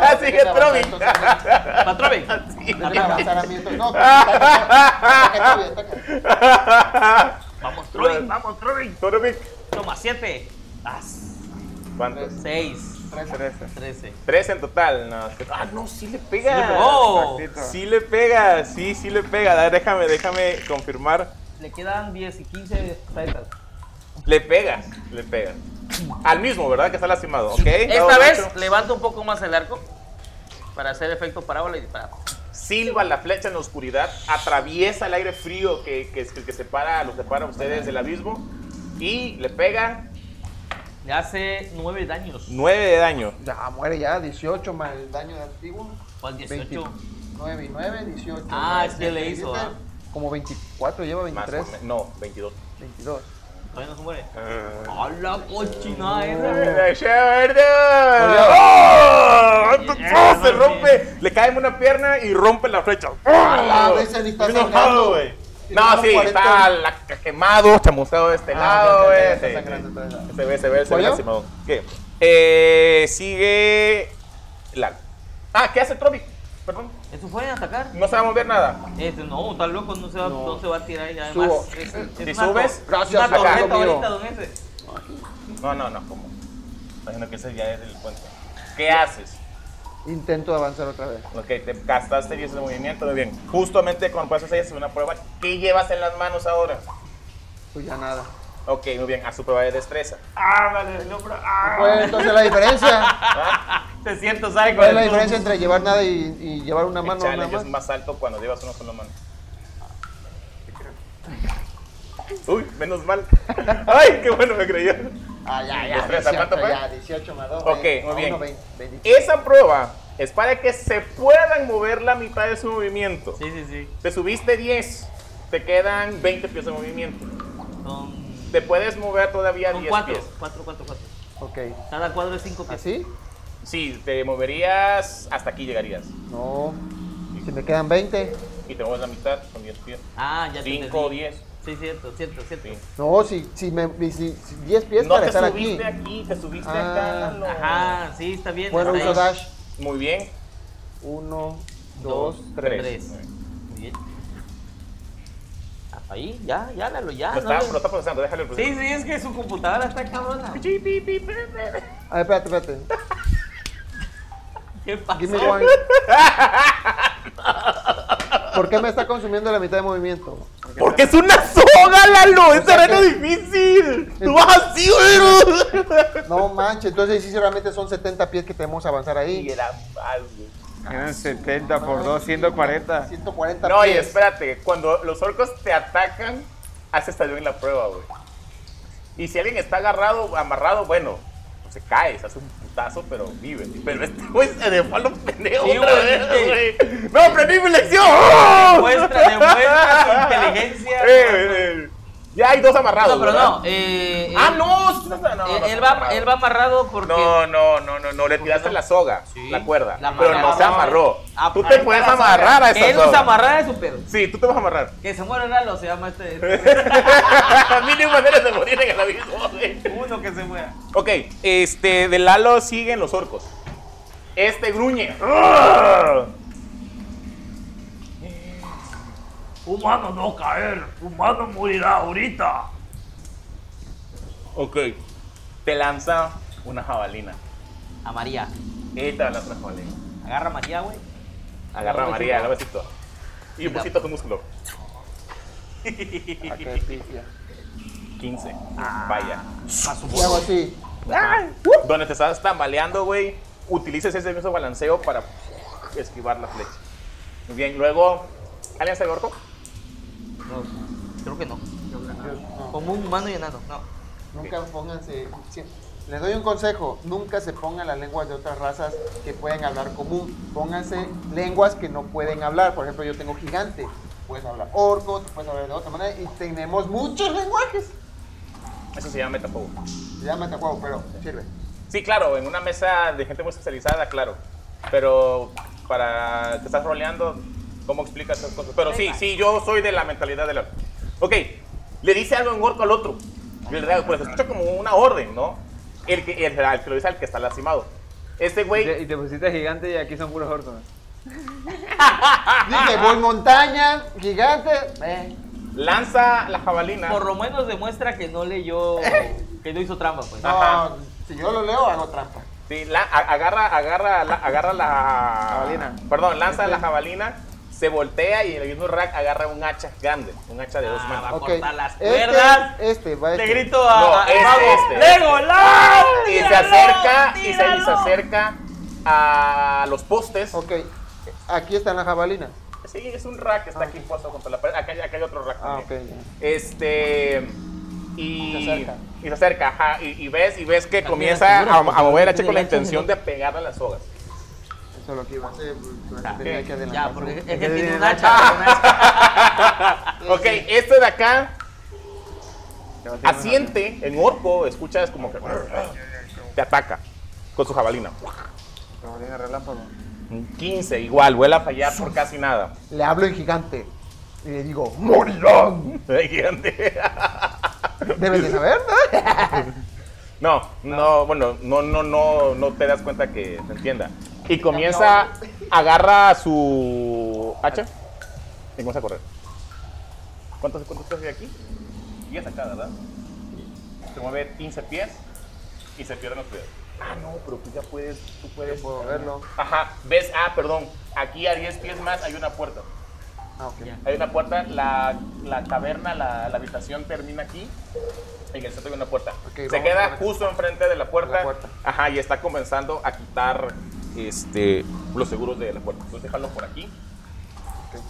Así que Dejen avanzar, Trovi. entonces, no, Patrón, Dejen avanzar a mí, entonces, no. ataca, ataca, ataca. vamos Troy, vamos Troy. Trovi. Toma 7, ¿Cuántos? 6, 13. 13. Tres en total. No, es que- ah, no, sí le pega. Oh, Sí le pegó. Sí le pega, sí, sí le pega. A ver, déjame, déjame confirmar. Le quedan 10 y 15 titles. Le pega, le pega. Al mismo, ¿verdad? Que está lastimado, ¿ok? Esta Dado vez ocho. levanto un poco más el arco para hacer efecto parábola y disparar. Silba la flecha en la oscuridad, atraviesa el aire frío que, que, que, que separa, los separa a ustedes del abismo y le pega Le hace 9 daños. 9 de daño. Ya, muere ya, 18 más el daño de antiguo. ¿Cuál 18? 9 y 9, 18. Ah, más es que le 17, hizo, ah. Como 24, lleva Más, 23, no, 22. 22. Todavía no se muere. ¡A la eh! cochina esa! ¡Oh! Se rompe, le cae en una pierna y rompe la flecha. Ah, la ¡Oh! vez se le está Bien sangrando. enojado, güey. Tiene No, unos sí, 40. está la- quemado, chamusado de este Ah, lado, ya, ya, ya, güey. está Sí, sangrando sí. todavía. Se ve, se ve, se ve ¿Pollo? lastimado. ¿Qué? Eh, sigue. Lalo. Ah, ¿qué hace Trovi? Perdón. ¿Eso fue atacar? No se va a mover nada. Este, no, tan loco, no se va, no. se va a tirar y además. Subo. es- es Si una subes, tor- gracias, Una acá. tormenta Amigo. ahorita, don ese. No, no, no, ¿cómo? Imagino que ese ya es el puente. ¿Qué haces? Intento avanzar otra vez. Ok, te gastaste 10 de movimiento, muy bien. Justamente cuando pasas ahí, haces una prueba. ¿Qué llevas en las manos ahora? Pues ya nada. Ok, muy bien, a su prueba de destreza. Ah, vale, no, pero. Ah. Pues entonces la diferencia. Te siento, ¿sabes ¿Cuál es la diferencia entre llevar nada y, y llevar una El mano? nada challenge es más? más alto cuando llevas una sola mano. Uy, menos mal. Ay, qué bueno me creyó. Ah, ya, ya. Destreza, 18, ¿cuánto fue? ya, 18 más 2. Ok, muy bien. 20, 20. Esa prueba es para que se puedan mover la mitad de su movimiento. Sí, sí, sí. Te subiste 10, te quedan 20 pies de movimiento. Son. Te puedes mover todavía son 10 cuatro, pies. ¿Ah, cuatro, cuatro, cuatro. Ok. Cada cuadro es cinco pies. ¿Así? Sí, te moverías hasta aquí llegarías. No. Si me quedan 20. Y te mueves la mitad, son 10 pies. Ah, ya te 5 o entendí. 10. Sí, cierto, cierto, cierto. Sí. No, si, si me si, si 10 pies No para te estar aquí. subiste aquí, te subiste Ah. acá. no. Ajá, sí, está bien. Bueno, está uso bien. dash. Muy bien. 1, 2, 3. Tres. Muy bien. Hasta ahí, ya, ya, Lalo, ya. Lo Ah, no está, le- lo está procesando, déjale el Sí, proceso. sí, es que su computadora está cabrona. A ver, espérate, espérate. ¿Qué Give me pasó? one. ¿Por qué me está consumiendo la mitad de movimiento? Porque es una soga, Lalo. Es terreno difícil. Tú vas así, güey. No manches, entonces sí, realmente son 70 pies que tenemos que avanzar Y ahí. era mal, güey. Eran 70 por 2, 140. 140 No, y pies. espérate, cuando los orcos te atacan, haces también la prueba, güey. Y si alguien está agarrado, amarrado, bueno, se cae, se hace un putazo, pero vive. Pero este güey se dejó a los pendejos Sí, otra güey, sí. vez, güey. ¡No, aprendí mi lección! ¡Oh! Demuestra, demuestra tu inteligencia. Eh, eh, Ya hay dos amarrados, No, pero ¿verdad? no. eh, ¡Ah, él- no! sí, no, no, no, eh, no, él, no, no, va, él va amarrado porque. no, no, no, no, no, le tiraste no? la soga, Sí, la cuerda, la pero no amarraron. se amarró. Ah, Tú ahí te está puedes la soga. amarrar a esa Él no se soga. amarrara de su pedo. Sí, tú te vas a amarrar. Que se muera Lalo, se llama este. Mil maneras de morir en el abismo, güey. Uno que se muera. Ok, este, de Lalo siguen los orcos. Este gruñe. Humano no caer, humano morirá ahorita. Ok. Te lanza una jabalina. A María. Esta lanza una jabalina. Agarra a María, güey. Agarra a Un María, la besito. besito. Y un besito de músculo. Ah, qué pifia. 15. Vaya. Y hago así. Donde te estás tambaleando, güey, utilices ese mismo balanceo para esquivar la flecha. Muy bien, luego, alianza de orco. No, creo que no. Dios, no. Como un humano y enano. No. Nunca pónganse. sí. Les doy un consejo: nunca se pongan las lenguas de otras razas que pueden hablar común. Pónganse lenguas que no pueden hablar. Por ejemplo, yo tengo gigante. Puedes hablar orco, tú puedes hablar de otra manera. Y tenemos muchos lenguajes. Eso se llama metafogo. Se llama tacuago, pero sirve. Sí, claro, en una mesa de gente muy especializada, claro. Pero para que estás roleando, ¿cómo explicas esas cosas? Pero sí, sí, yo soy de la mentalidad de la... Ok, le dice algo en orco al otro. Y le da- Pues escucha como una orden, ¿no? El que, el, al que lo dice al que está lastimado. Este Y güey... te, y te pusiste gigante y aquí son puros orcos. Dije: voy montaña, gigante. eh. lanza la jabalina. Por lo menos demuestra que no leyó. Que no hizo trampa, pues. Ajá. No, si yo lo leo, hago trampa. Sí, la- a- agarra, agarra, la, agarra la Jabalina. Perdón, lanza Este. la jabalina, se voltea y en el mismo rack agarra un hacha grande, un hacha de dos Ah, manos. va. Ok. cortar las Este, cuerdas. Este, va Le este. grito a, No, a- este, mago, este. ¡Lego, Lalo, y se tíralo, acerca y se, y se tíralo". acerca a los postes. Ok, aquí están las jabalinas. Sí, es un rack que está aquí puesto contra la pared. Acá, hay- acá hay otro rack. Ah, ok. también. Este y Se acerca. y se acerca, ajá, y, y ves y ves que Cambia comienza la a, figura, a mover el hacha porque con la el hacha intención es de pegarle a las sogas. Eso es lo que iba a hacer. pues, Ah, tenía que adelantarse. Ya, porque es que tiene un hacha. un hacha. Ok, sí. este de acá Te va a tirar una- asiente en orco, escuchas como que te ataca con su jabalina. Jabalina relámpago. Un 15 igual, vuela a fallar por casi nada. Le hablo en gigante y le digo, ¡Morirán! Gigante. debes de saber, ¿no? No, no, bueno, no, no, no, no te das cuenta que se entienda. Y comienza, agarra su hacha y comienza a correr. ¿Cuántos, cuántos pies hay aquí? 10 acá, ¿verdad? Se mueve 15 pies y se pierden los pies. Ah, no, pero tú ya puedes, tú puedes. puedo verlo. Ajá, ves, ah, perdón, aquí a 10 pies más hay una puerta. Ah, ok. Ya. Hay una puerta, la, la caverna, la, la habitación termina aquí. En el centro hay una puerta. Ok, se vamos a queda ver. justo enfrente de la puerta. La puerta. Ajá, y está comenzando a quitar este, los seguros de la puerta. Entonces déjalo por aquí. Ok.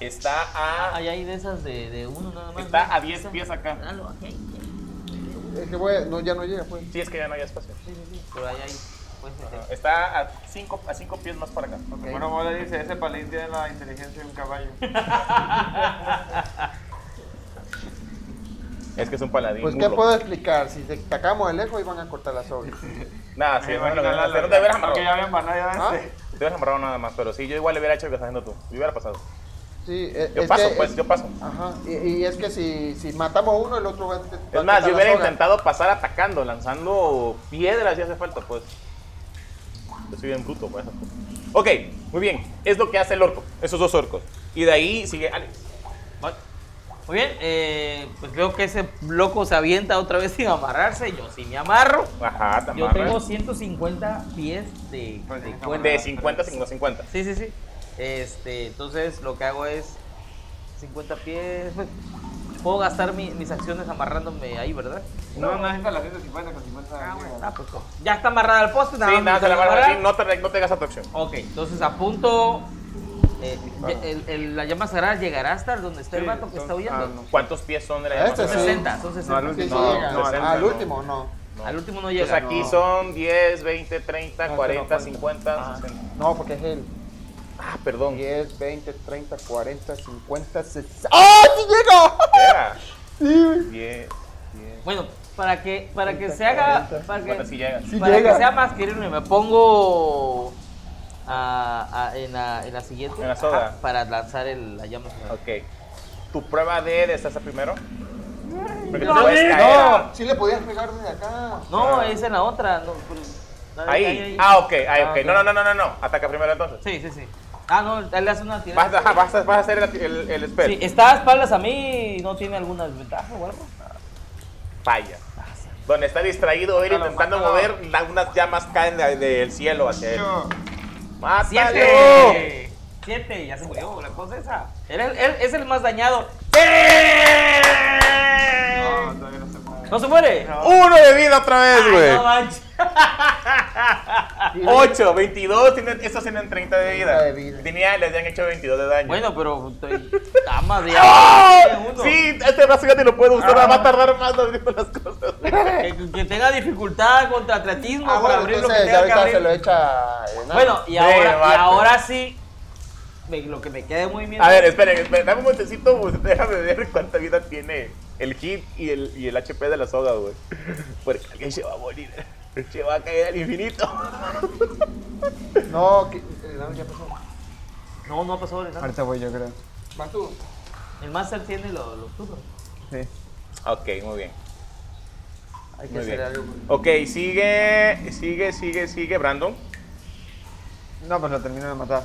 Está a, Hay ahí de esas de, de uno nada más. ¿no? Ah, está a 10 pies acá. Dalo, ok. Es que voy a- no, ya no llega, pues. Sí, es que ya no hay espacio. Pero ahí hay. Pues, Ajá. Está a 5 a cinco pies más para acá. Bueno, Mola dice, ese palín tiene la inteligencia de un caballo. Es que es un paladín. Pues, ¿qué puedo explicar? Si te sacamos de lejos, iban a cortar las obras. Nada, sí, no, lo que hacer. No te hubieras amarrado. Porque ya habían banado ¿Ah? ya este. Te hubieras amarrado nada más, pero sí, yo igual le hubiera hecho lo que estás haciendo tú. Yo hubiera pasado. Sí, eh, Yo es paso, que- pues, yo paso. Ajá, y, y es que si, si matamos uno, el otro va a... va a Es cortar más, yo la hubiera soga. intentado pasar atacando, lanzando piedras si hace falta, pues. Yo soy bien bruto, pues. Ok, muy bien. Es lo que hace el orco, esos dos orcos. Y de ahí sigue Alex. Muy bien, eh, pues veo que ese loco se avienta otra vez sin amarrarse. Yo sí me amarro. Ajá, te Yo amarras. tengo 150 pies de, Pues de sí, está cuerda. De 50 a 50. Sí, sí, sí. Este, entonces lo que hago es 50 pies. pues, Puedo gastar mi- mis acciones amarrándome ahí, ¿verdad? No, no, necesita las 150 con 50. Ah, pues, ¿cómo? ya está amarrada al poste. Sí, nada, más me se la tengo que van a amarrar. decir, no te, no te hagas atracción. Ok, entonces apunto. eh, ya- el- el- la llama sagrada llegará hasta donde está el Ah. Sí, vato que está son- huyendo. ah, no. ¿Cuántos pies son de la Este llama sí. Son sagrada? 60, son 60. al Sí, sí, último. No, llega. no, al no. último no. No. Al último no llega. Entonces Pues aquí no. son 10, 20, 30, No, 40, pero 50, Ah, 60. No, porque es él. Ah, perdón. 10, 20, 30, 40, 50, 60. ¡Ah, sí llega! Llega. Sí, 10, 10. Bueno, para que, para que se haga. 40. Para ¿Cuántas sí que, llega? sí para que llega. sea más querible, me pongo. a- a- en, la, en la siguiente. En la soga. ajá, para lanzar el, la llama sagrada. Ok. Tu prueba de destreza primero. Porque No, tú puedes no. caer. No, sí le podías pegar desde acá. No, es en la otra. No, pero- la de- Ah. Ahí. Ah, ok, ahí, Ah, ok. ok. No, no, no, no, no, no. Ataca primero entonces. Sí, sí, sí. Ah, no, él le hace una tirada. Vas, a- ajá, vas, a, vas a hacer el, el, el spell. Sí, está a espaldas a mí y no tiene alguna desventaja o algo. Falla. Donde está distraído, ir Mátalo, intentando mátalo. mover, la- unas llamas caen de- del cielo hacia él. ¡Mátalo! ¡Siete! ¡Siete! Ya se murió, la cosa esa. Él, él es el más dañado. No, todavía no se puede. ¡No se muere! Uno de vida otra vez, Ay, no güey. manches. 8, 22, tienen, estos tienen 30 de vida. 30 de vida. Tenía, les habían hecho 22 de daño. Bueno, pero estoy- está más de ¡Ah! uno. Sí, este brazo ya te lo puedo Ah. usar, va a tardar más abriendo las cosas. Que, que tenga dificultad contra atletismo Ah, para bueno, abrir lo que entonces ya tenga que ahorita abrir. se lo echa... eh, nada. Bueno, y Sí, ahora, y vato. ahora sí, me- lo que me quede muy bien. A ver, esperen, esperen, dame un momentecito, güey, déjame ver cuánta vida tiene el hit y el, y el HP de la soga, güey. Porque alguien se va a morir, se va a caer al infinito. No, que- eh, no, ya pasó. No, no pasó nada. Ahorita voy yo, creo. Vas tú. El Master tiene lo- los turnos. Sí. Ok, muy bien. Hay que Muy bien. hacer algo. Ok, sigue, sigue, sigue, sigue, Brandon. No, pues lo termino de matar.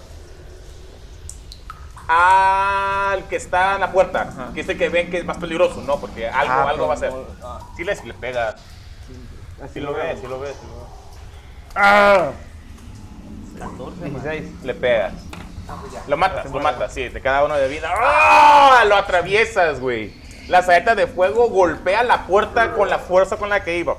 Al que está en la puerta, Ajá. que es el que ven que es más peligroso, ¿no? Porque algo, Ah, algo va a ser. pero- ah. Sí les, les pega, sí lo ves, sí lo ves. ¡Ah! 14, man. 16. Le pegas. Ah, pues Lo matas, Se lo muere. matas, sí, te queda uno de vida. ¡Ah! Lo atraviesas, güey. La saeta de fuego golpea la puerta con la fuerza con la que iba.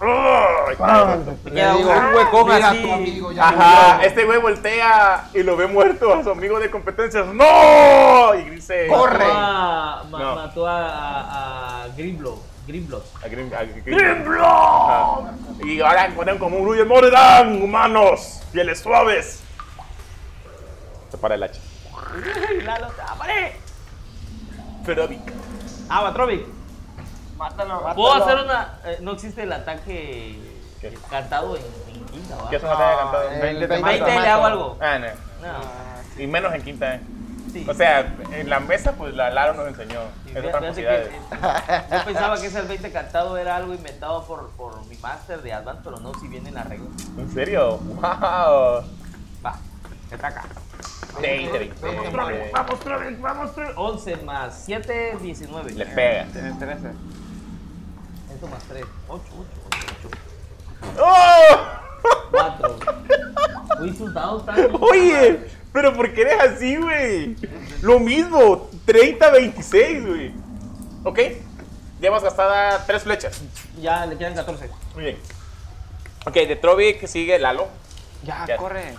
¡Ah! Y cae el vato. Te pues, Le queda digo, "Ah, un huecón mira así. tu amigo, ya Ajá, murió. este güey voltea y lo ve muerto a su amigo de competencias. ¡No! Y dice. Corre. Mató a, ma- No. mató a, a, a Grimlock. Grimlock. A Grim- a Grim- Ajá. Y ahora encuentran como un ruido. ¡Morirán, humanos! ¡Pieles suaves! Se para el hacha. Lalo, ¡apare! Pero vi- Ah, Batrovic. Mátalo. Puedo hacer una. eh, no existe el ataque ¿Qué? cantado en, en quinta, ¿va? ¿Qué es una batalla cantada? el 20 te 20 mata. Ahí te mata. le hago algo. Ah, no. No. Y menos en quinta, ¿eh? Sí. O sea, en la mesa, pues la Laro nos enseñó Sí, esas fíjate tramposidades. que, eh, yo pensaba que ese el 20 cantado era algo inventado por, por mi máster de Advance, pero no, si viene en la regla. ¿En serio? ¡Wow! Va, te ataca. 20, 20. Vamos, Travis, vamos, Travis. 11 más 7, 19. Le pega. Tiene 13. Esto más 3. 8, 8, 8, ¡Oh! 4. Uy, sus dados están. Oye, pero ¿por qué eres así, güey? Lo mismo, 30-26, güey. ¿Ok? Ya hemos gastado tres flechas. Ya le quedan 14. Muy bien. Ok, de Trovic sigue Lalo. Ya, Ya. corre.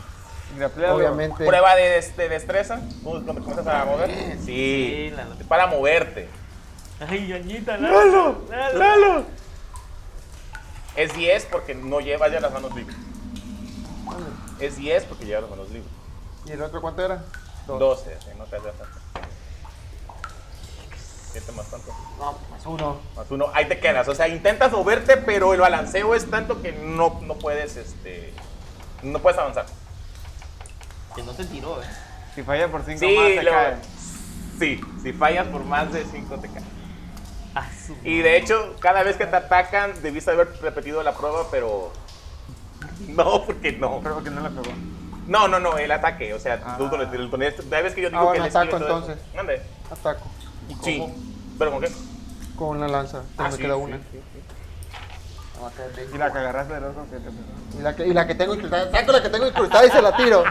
Graplearlo. Obviamente. Prueba de, des- de destreza. Cuando cuando comienzas a mover. Sí. Sí, Lalo. Para moverte. Ay, Yañita, Lalo. Lalo. Es 10 porque no llevas ya las manos libres. Es 10 porque llevas las manos libres. ¿Y el otro cuánto era? 12, sí, no te hace tanto. 7 más tanto. No, más uno. Más uno. Ahí te quedas. O sea, intentas moverte, pero el balanceo es tanto que no, no puedes, este. No puedes avanzar. Que no te tiró, eh. Si falla por 5 Sí, más, se lo- cae. sí, si fallas por más de 5 te caes. Ah, su- Y de hecho, cada vez que te atacan, debiste haber repetido la prueba, pero. No, porque no. Creo que no la pegó. No, no, no, el ataque. O sea, tú con el con el- cada vez que yo digo Ah, que bueno, el esquive ataco, y todo eso. entonces. Mande. Ataco. Sí. ¿Pero con qué? Con una lanza. Que Ah, me sí, queda sí, una. sí, sí. Y la que agarraste del otro que te pegó. Y la, que, y la que tengo incrustada. Saco la que tengo incrustada y se la tiro.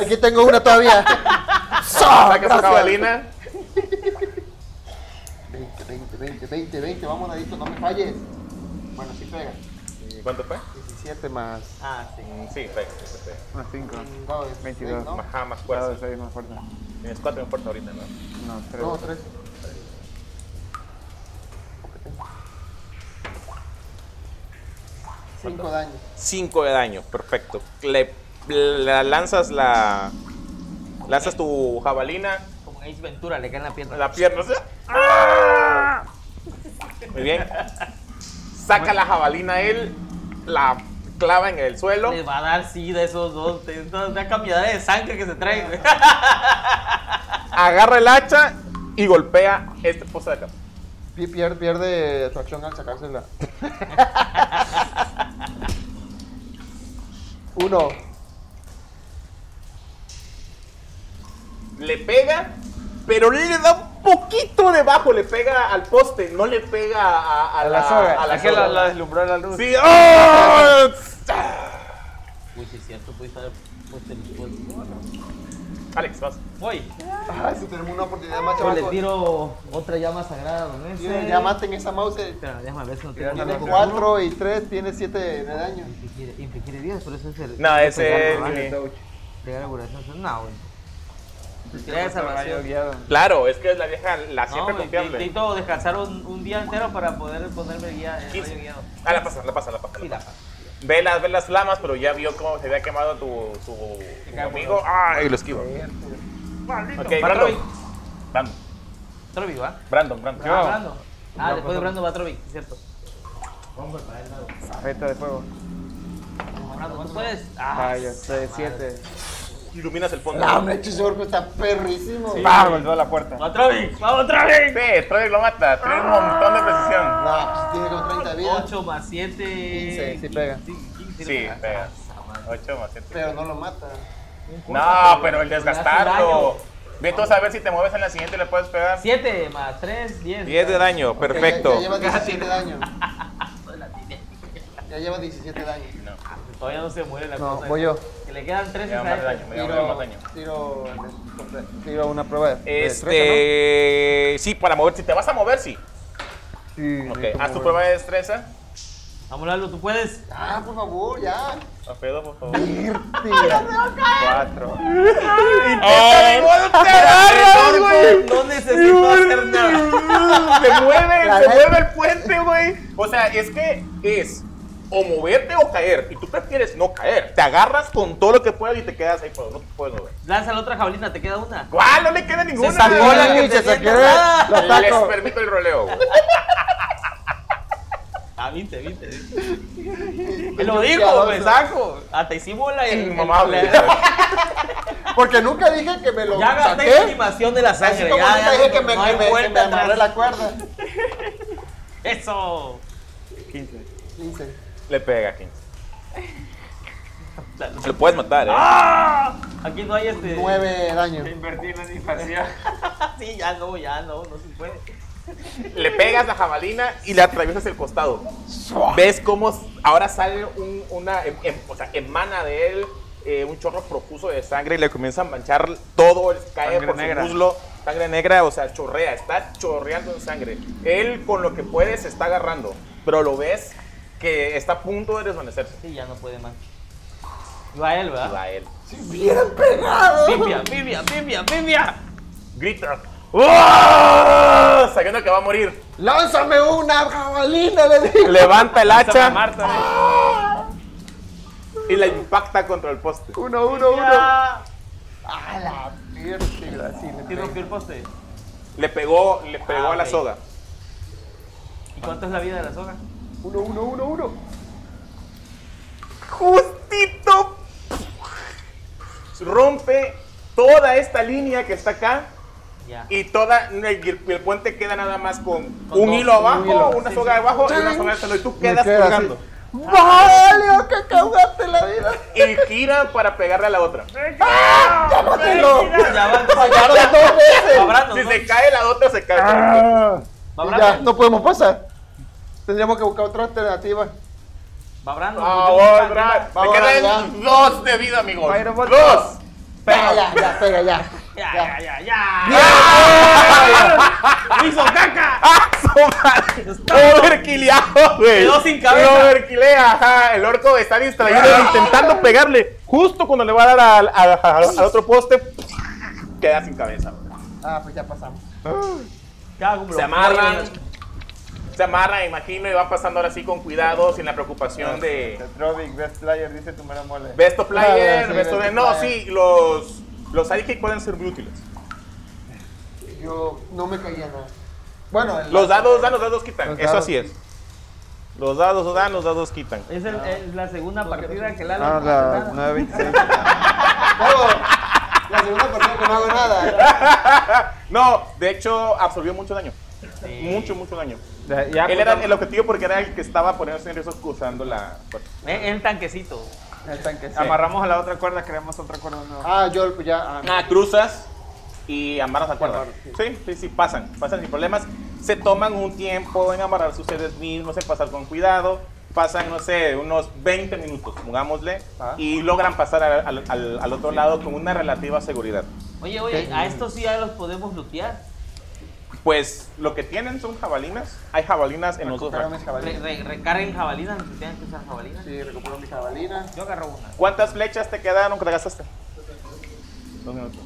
Aquí tengo una todavía. ¡Sa! Saca su ¡Ah, Gracias. Ah, jabalina. 20, 20, 20, 20, 20. Vamos, Dadito, no me falles. Bueno, sí pega. ¿Y ¿Cuánto fue? 17 más. Ah, sí. Mm, Sí, perfecto. perfecto. Más 5. No, es 22. ¿no? Ajá, más Cuatro, fuerza. 6 más fuerte. Tienes cuatro en fuerza ahorita, ¿no? No, 3. No, 3. Cinco daños. 5 de daño, perfecto. Le, la lanzas la. Lanzas tu jabalina, Como en Ace Ventura le cae en la pierna. la pierna. o sea, ¡ah! Muy bien. Saca la jabalina él, la clava en el suelo. Le va a dar sida a esos dos. te- no, La cantidad de sangre que se traen, güey. agarra el hacha y golpea este poste de acá. Pi- Pierde, pierde atracción al sacársela. Uno. Le pega, pero le da un poquito debajo, le pega al poste, no le pega a, a la, a la Es que la, soga. la deslumbró la luz. Sí, ¡ah! Uy, Pues sí es cierto, puede estar puesto el Alex, vas. Voy. Ay, si tenemos una oportunidad más, Pues le chavacos. tiro otra llama sagrada, don Eze. Ya maten esa mouse. Espera, déjame ver si no tengo Tiene nada. 4 y 3, tiene 7 de daño. Infligir- Infligir heridas, pero eso es el. No, ese pegar, ¿verdad? es. Pegar a curación, eso- No, güey. Tirar de Rayo salvación. guiado. Claro, es que es la vieja, la siempre No, confiable. necesito descansar un, un día entero para poder ponerme guía, el rayo guiado. Ah, la pasa, la pasa, la pasa. Sí, la la pasa. pasa. Ve las, ve las flamas, pero ya vio cómo se había quemado tu, tu- tu amigo. Ah, y lo esquivo. Ok, Brandon. Trovi. Brandon, Trovi, ¿va? Brandon, Brandon. Ah, Brando. Ah, después de Brando va Trovi, es cierto. Afecta de fuego. Brando, ¿tú puedes? Ah, Ay, 6, 7. Iluminas el fondo. No, me hecho ese orco está perrísimo. ¡Pam! Golpeó la puerta. ¡Va Trovi! ¡Vamos Trovi! Sí, Troy lo mata, tiene un montón de precisión. No, pues tiene como 30 vidas. 8 más 7. 15, sí pega. Sí, pega. 8 más 7. Pero no lo mata. No, pero el daño. desgastarlo. Ve tú a ver si te mueves en la siguiente y le puedes pegar. 7 más 3, 10. 10 de daño, Ya, perfecto. ya lleva 17 daños. Ya lleva 17 daños. Todavía no se muere la No, cosa. voy yo. Que le quedan 3 Me da más daño, me da más daño. tiro, tiro una prueba de- de destreza, Este. Sí, para mover. Si te vas a mover, sí. ¿no? Sí, Ok, necesito haz tu mover. prueba de destreza. Vamos, Lalo, tú puedes. Ah, por favor, ya. Alfredo, por favor. Irte. 4. No necesito hacer nada. Se mueve, La se neta. mueve el puente, güey. O sea, es que es o moverte o caer. Y tú prefieres no caer. Te agarras con todo lo que puedas y te quedas ahí, pero no te puedes mover. Lanza la otra jabalina, te queda una. ¿Cuál? No le queda ninguna. sacó güey. la que Sí, te se viene quiere. nada. Lo Les saco. permito el roleo. güey. Ah, viste, viste. Él lo dijo, Piadoso. güey, saco. Hasta hicimos la. el- Inmamable. la- Porque nunca dije que me lo Ya gasté la saqué. animación de la Así sangre. como Ya, nunca ya, dije que no me, hay que me, que me vuelta amarré atrás. la cuerda. Eso. 15. 15. Le pega 15. Lo puedes matar, eh. Aquí no hay este. Ah, 9 daños. Invertí en la infancia. Sí, ya no, ya no, no se puede. Le pegas la jabalina y le atraviesas el costado. Ves cómo s- ahora sale un- una, em- em- o sea, emana de él eh, un chorro profuso de sangre y le comienza a manchar todo, el- cae Sangre por negra. su muslo, sangre negra, o sea, chorrea, está chorreando en sangre. Él con lo que puede se está agarrando, pero lo ves que está a punto de desvanecerse. Sí, ya no puede más. Va él, Y ¿verdad? va él. ¡Si hubieran pegado! Pipia, pipia, pipia, pipia. Grita. ¡Oh! Sabiendo que va a morir. ¡Lánzame una jabalina! Le digo. Levanta el Esa hacha Marta. ¿no? y la impacta contra el poste. Uno, uno, uno. Ya. ¡A la mierda! Sí, le Y pego. rompió el poste. Le pegó, le pegó Ah, a la ok. soga. ¿Y cuánto es la vida de la soga? Uno, uno, uno, uno. Justito. Rompe toda esta línea que está acá Ya. y toda el, el puente queda nada más con, Con un dos, hilo abajo, un hilo. una Sí, soga sí. abajo y una soga de y tú quedas Me queda así. colgando. ¡Vale! oh, ¡Que acabaste la vida! Y gira para pegarle a la otra. ¡Cálmatelo! Ya va, ¡Fallaron dos veces! Abrazo, Si ¿no? se cae la otra, se cae. Ah, y Abrazo. ya, no podemos pasar. Tendríamos que buscar otra alternativa. Va Brandon. Ah, Ahora, Brad, va, me va, quedan dos de vida, amigos. Pero vos- Dos. Pega ya, ya, pega ya. Ya, Ya. ya, ya, ya. ¡Me hizo caca! ¡Ah, su madre! Overquileado, güey. Quedó sin cabeza. Lo overquilea, ajá. El orco está distraído intentando pegarle. Justo cuando le va a dar al, al- al- al otro poste, queda sin cabeza. güey. Ah, pues ya pasamos. Cago, bro. Se amarran. Se amarran, imagino, y van pasando ahora sí con cuidado, sin la preocupación de. Trovic, best player, dice tu mera mole. Besto Ah, player, sí, besto de. best No, player. sí, los. Los sidekicks pueden ser muy útiles. Yo no me caía nada. Bueno, el- Los dados dan, los dados quitan. Los Eso dados así es. Los dados dan, los dados quitan. Es, el- es la segunda partida que Lalo. No, Ah, la 926. Luego, la segunda partida que no hago nada. ¿eh? No, de hecho absorbió mucho daño. Mucho, mucho daño. Ya- ya Él era contamos. el objetivo porque era el que estaba poniéndose nervioso usando la. Eh, el tanquecito. El tanque. sí. Amarramos a la otra cuerda, creamos otra cuerda nueva. Ah, yo pues ya. ah, Ah, cruzas y amarras la cuerda. Sí, sí, sí, pasan, pasan sin problemas. Se toman un tiempo en amarrarse ustedes mismos, en pasar con cuidado. Pasan, no sé, unos 20 minutos, pongámosle, Ah. y logran pasar al, al- al- al otro lado con una relativa seguridad. Oye, oye, a estos sí ya los podemos lutear. Pues lo que tienen son jabalinas. Hay jabalinas en los dos. Recupero mis Re- jabalinas. re- recarguen jabalinas, si tienen que usar jabalinas. Sí, recupero mis jabalinas. Yo agarro una. ¿Cuántas flechas te quedaron que te gastaste? Dos minutos.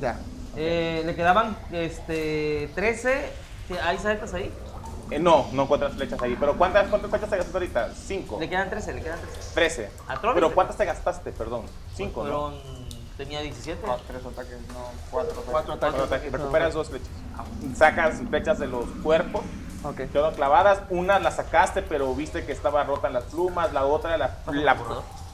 Ya. Eh, le quedaban este 13. Sí, ¿Hay saetas ahí? Eh, no, no cuántas flechas ahí. Pero ¿cuántas, cuántas flechas te gastaste ahorita? Cinco. Le quedan 13, le quedan 13. Trece. ¿A Troll? Pero ¿cuántas te gastaste? Perdón. Cinco, ¿no? Fueron. Tenía 17. Ah, Tres ataques, no, cuatro. Cuatro Pero ataques. te recuperas dos flechas. Ah, Sacas flechas de los cuerpos. Ok. Quedaron clavadas. Una la sacaste, pero viste que estaba rota en las plumas. La otra la, la,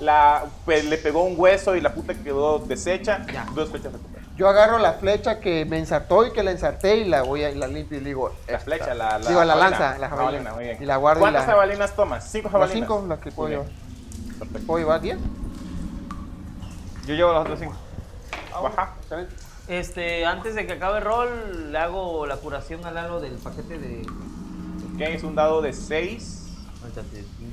la- pe- le pegó un hueso y la puta quedó deshecha. Ya. Dos flechas recuperadas. Yo agarro la flecha que me ensartó y que la ensarté y la voy a y la limpio y le digo. La flecha, la, la, Digo, la jabalina. lanza, la jabalina. muy bien. Y la guardo y ¿Cuántas la- jabalinas tomas? ¿Cinco Las jabalinas? cinco, las que puedo Muy llevar. bien, Perfecto. ¿Puedo llevar diez? Yo llevo los otros cinco. Ah, Ajá. Excelente. Este, antes de que acabe el rol, le hago la curación al Lalo del paquete de. Ok, es un dado de 6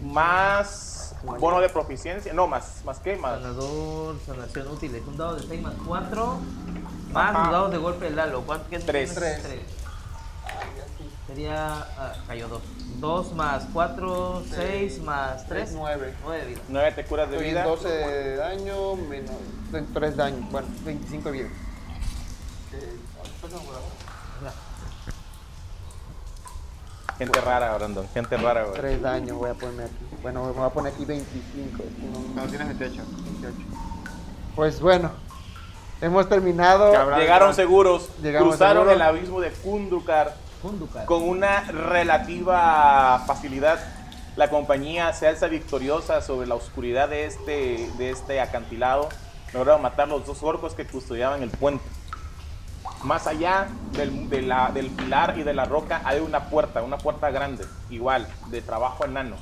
más bono de proficiencia. No, más, más que más. Sanador, sanación útil. Es un dado de 6 más 4. Más Ajá. los dados de golpe del Lalo. ¿Cuánto qué Tres. tienes? Tres. Sería. ah, cayó 2. 2 más 4, 6 más 3. nueve. 9 vidas. 9 te curas de Estoy vida. en 12 de daño menos 3 daños. Bueno, 25 de vida. Gente rara, Brandon. Gente rara, güey. 3 daños voy a poner aquí. Bueno, me voy a poner aquí 25. aquí no- No tienes 28. Pues bueno, hemos terminado. Cabrón. Llegaron seguros. Llegamos cruzaron seguros. el abismo de Kundukar Kunduka. con una relativa facilidad. La compañía se alza victoriosa sobre la oscuridad de este, de este acantilado. Lograron matar los dos orcos que custodiaban el puente. Más allá del, de la- del pilar y de la roca hay una puerta, una puerta grande, igual, de trabajo enano,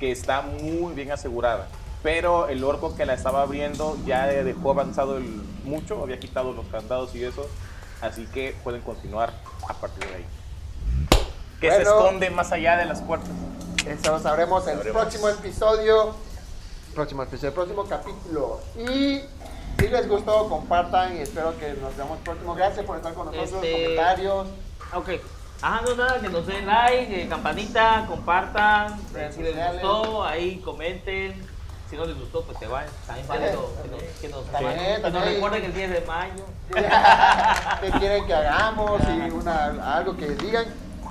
que está muy bien asegurada. Pero el orco que la estaba abriendo ya dejó avanzado el, mucho, había quitado los candados y eso, así que pueden continuar a partir de ahí. Que se Bueno. esconde más allá de las puertas. Eso lo sabremos en el Sabremos. próximo episodio. Próximo episodio, próximo capítulo. Y si les gustó, compartan y espero que nos veamos próximo. Gracias por estar con nosotros. Este- Comentarios. Ok. Ajá, no nada, que nos den like, eh, campanita, compartan, eh, Redes si les sociales. gustó, ahí comenten. Si si no les gustó, pues se va. También válido que nos, que nos, También, que nos también. recuerden que el 10 de mayo. ¿Qué quieren que hagamos? Y una, algo que digan.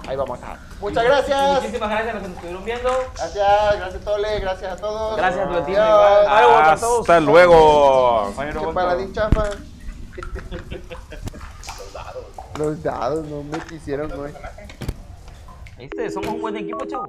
Ahí vamos a. Muchas gracias. Muchísimas gracias a los que nos estuvieron viendo. Gracias, gracias Tole, gracias a todos. Gracias, Platino, Adiós. igual. Ah, Ay, bueno, a todos. Hasta luego. Compañero Que Bolton. para la chafa. Los dados no me quisieron, güey. Este, ¿Viste? Somos un buen equipo, chavo.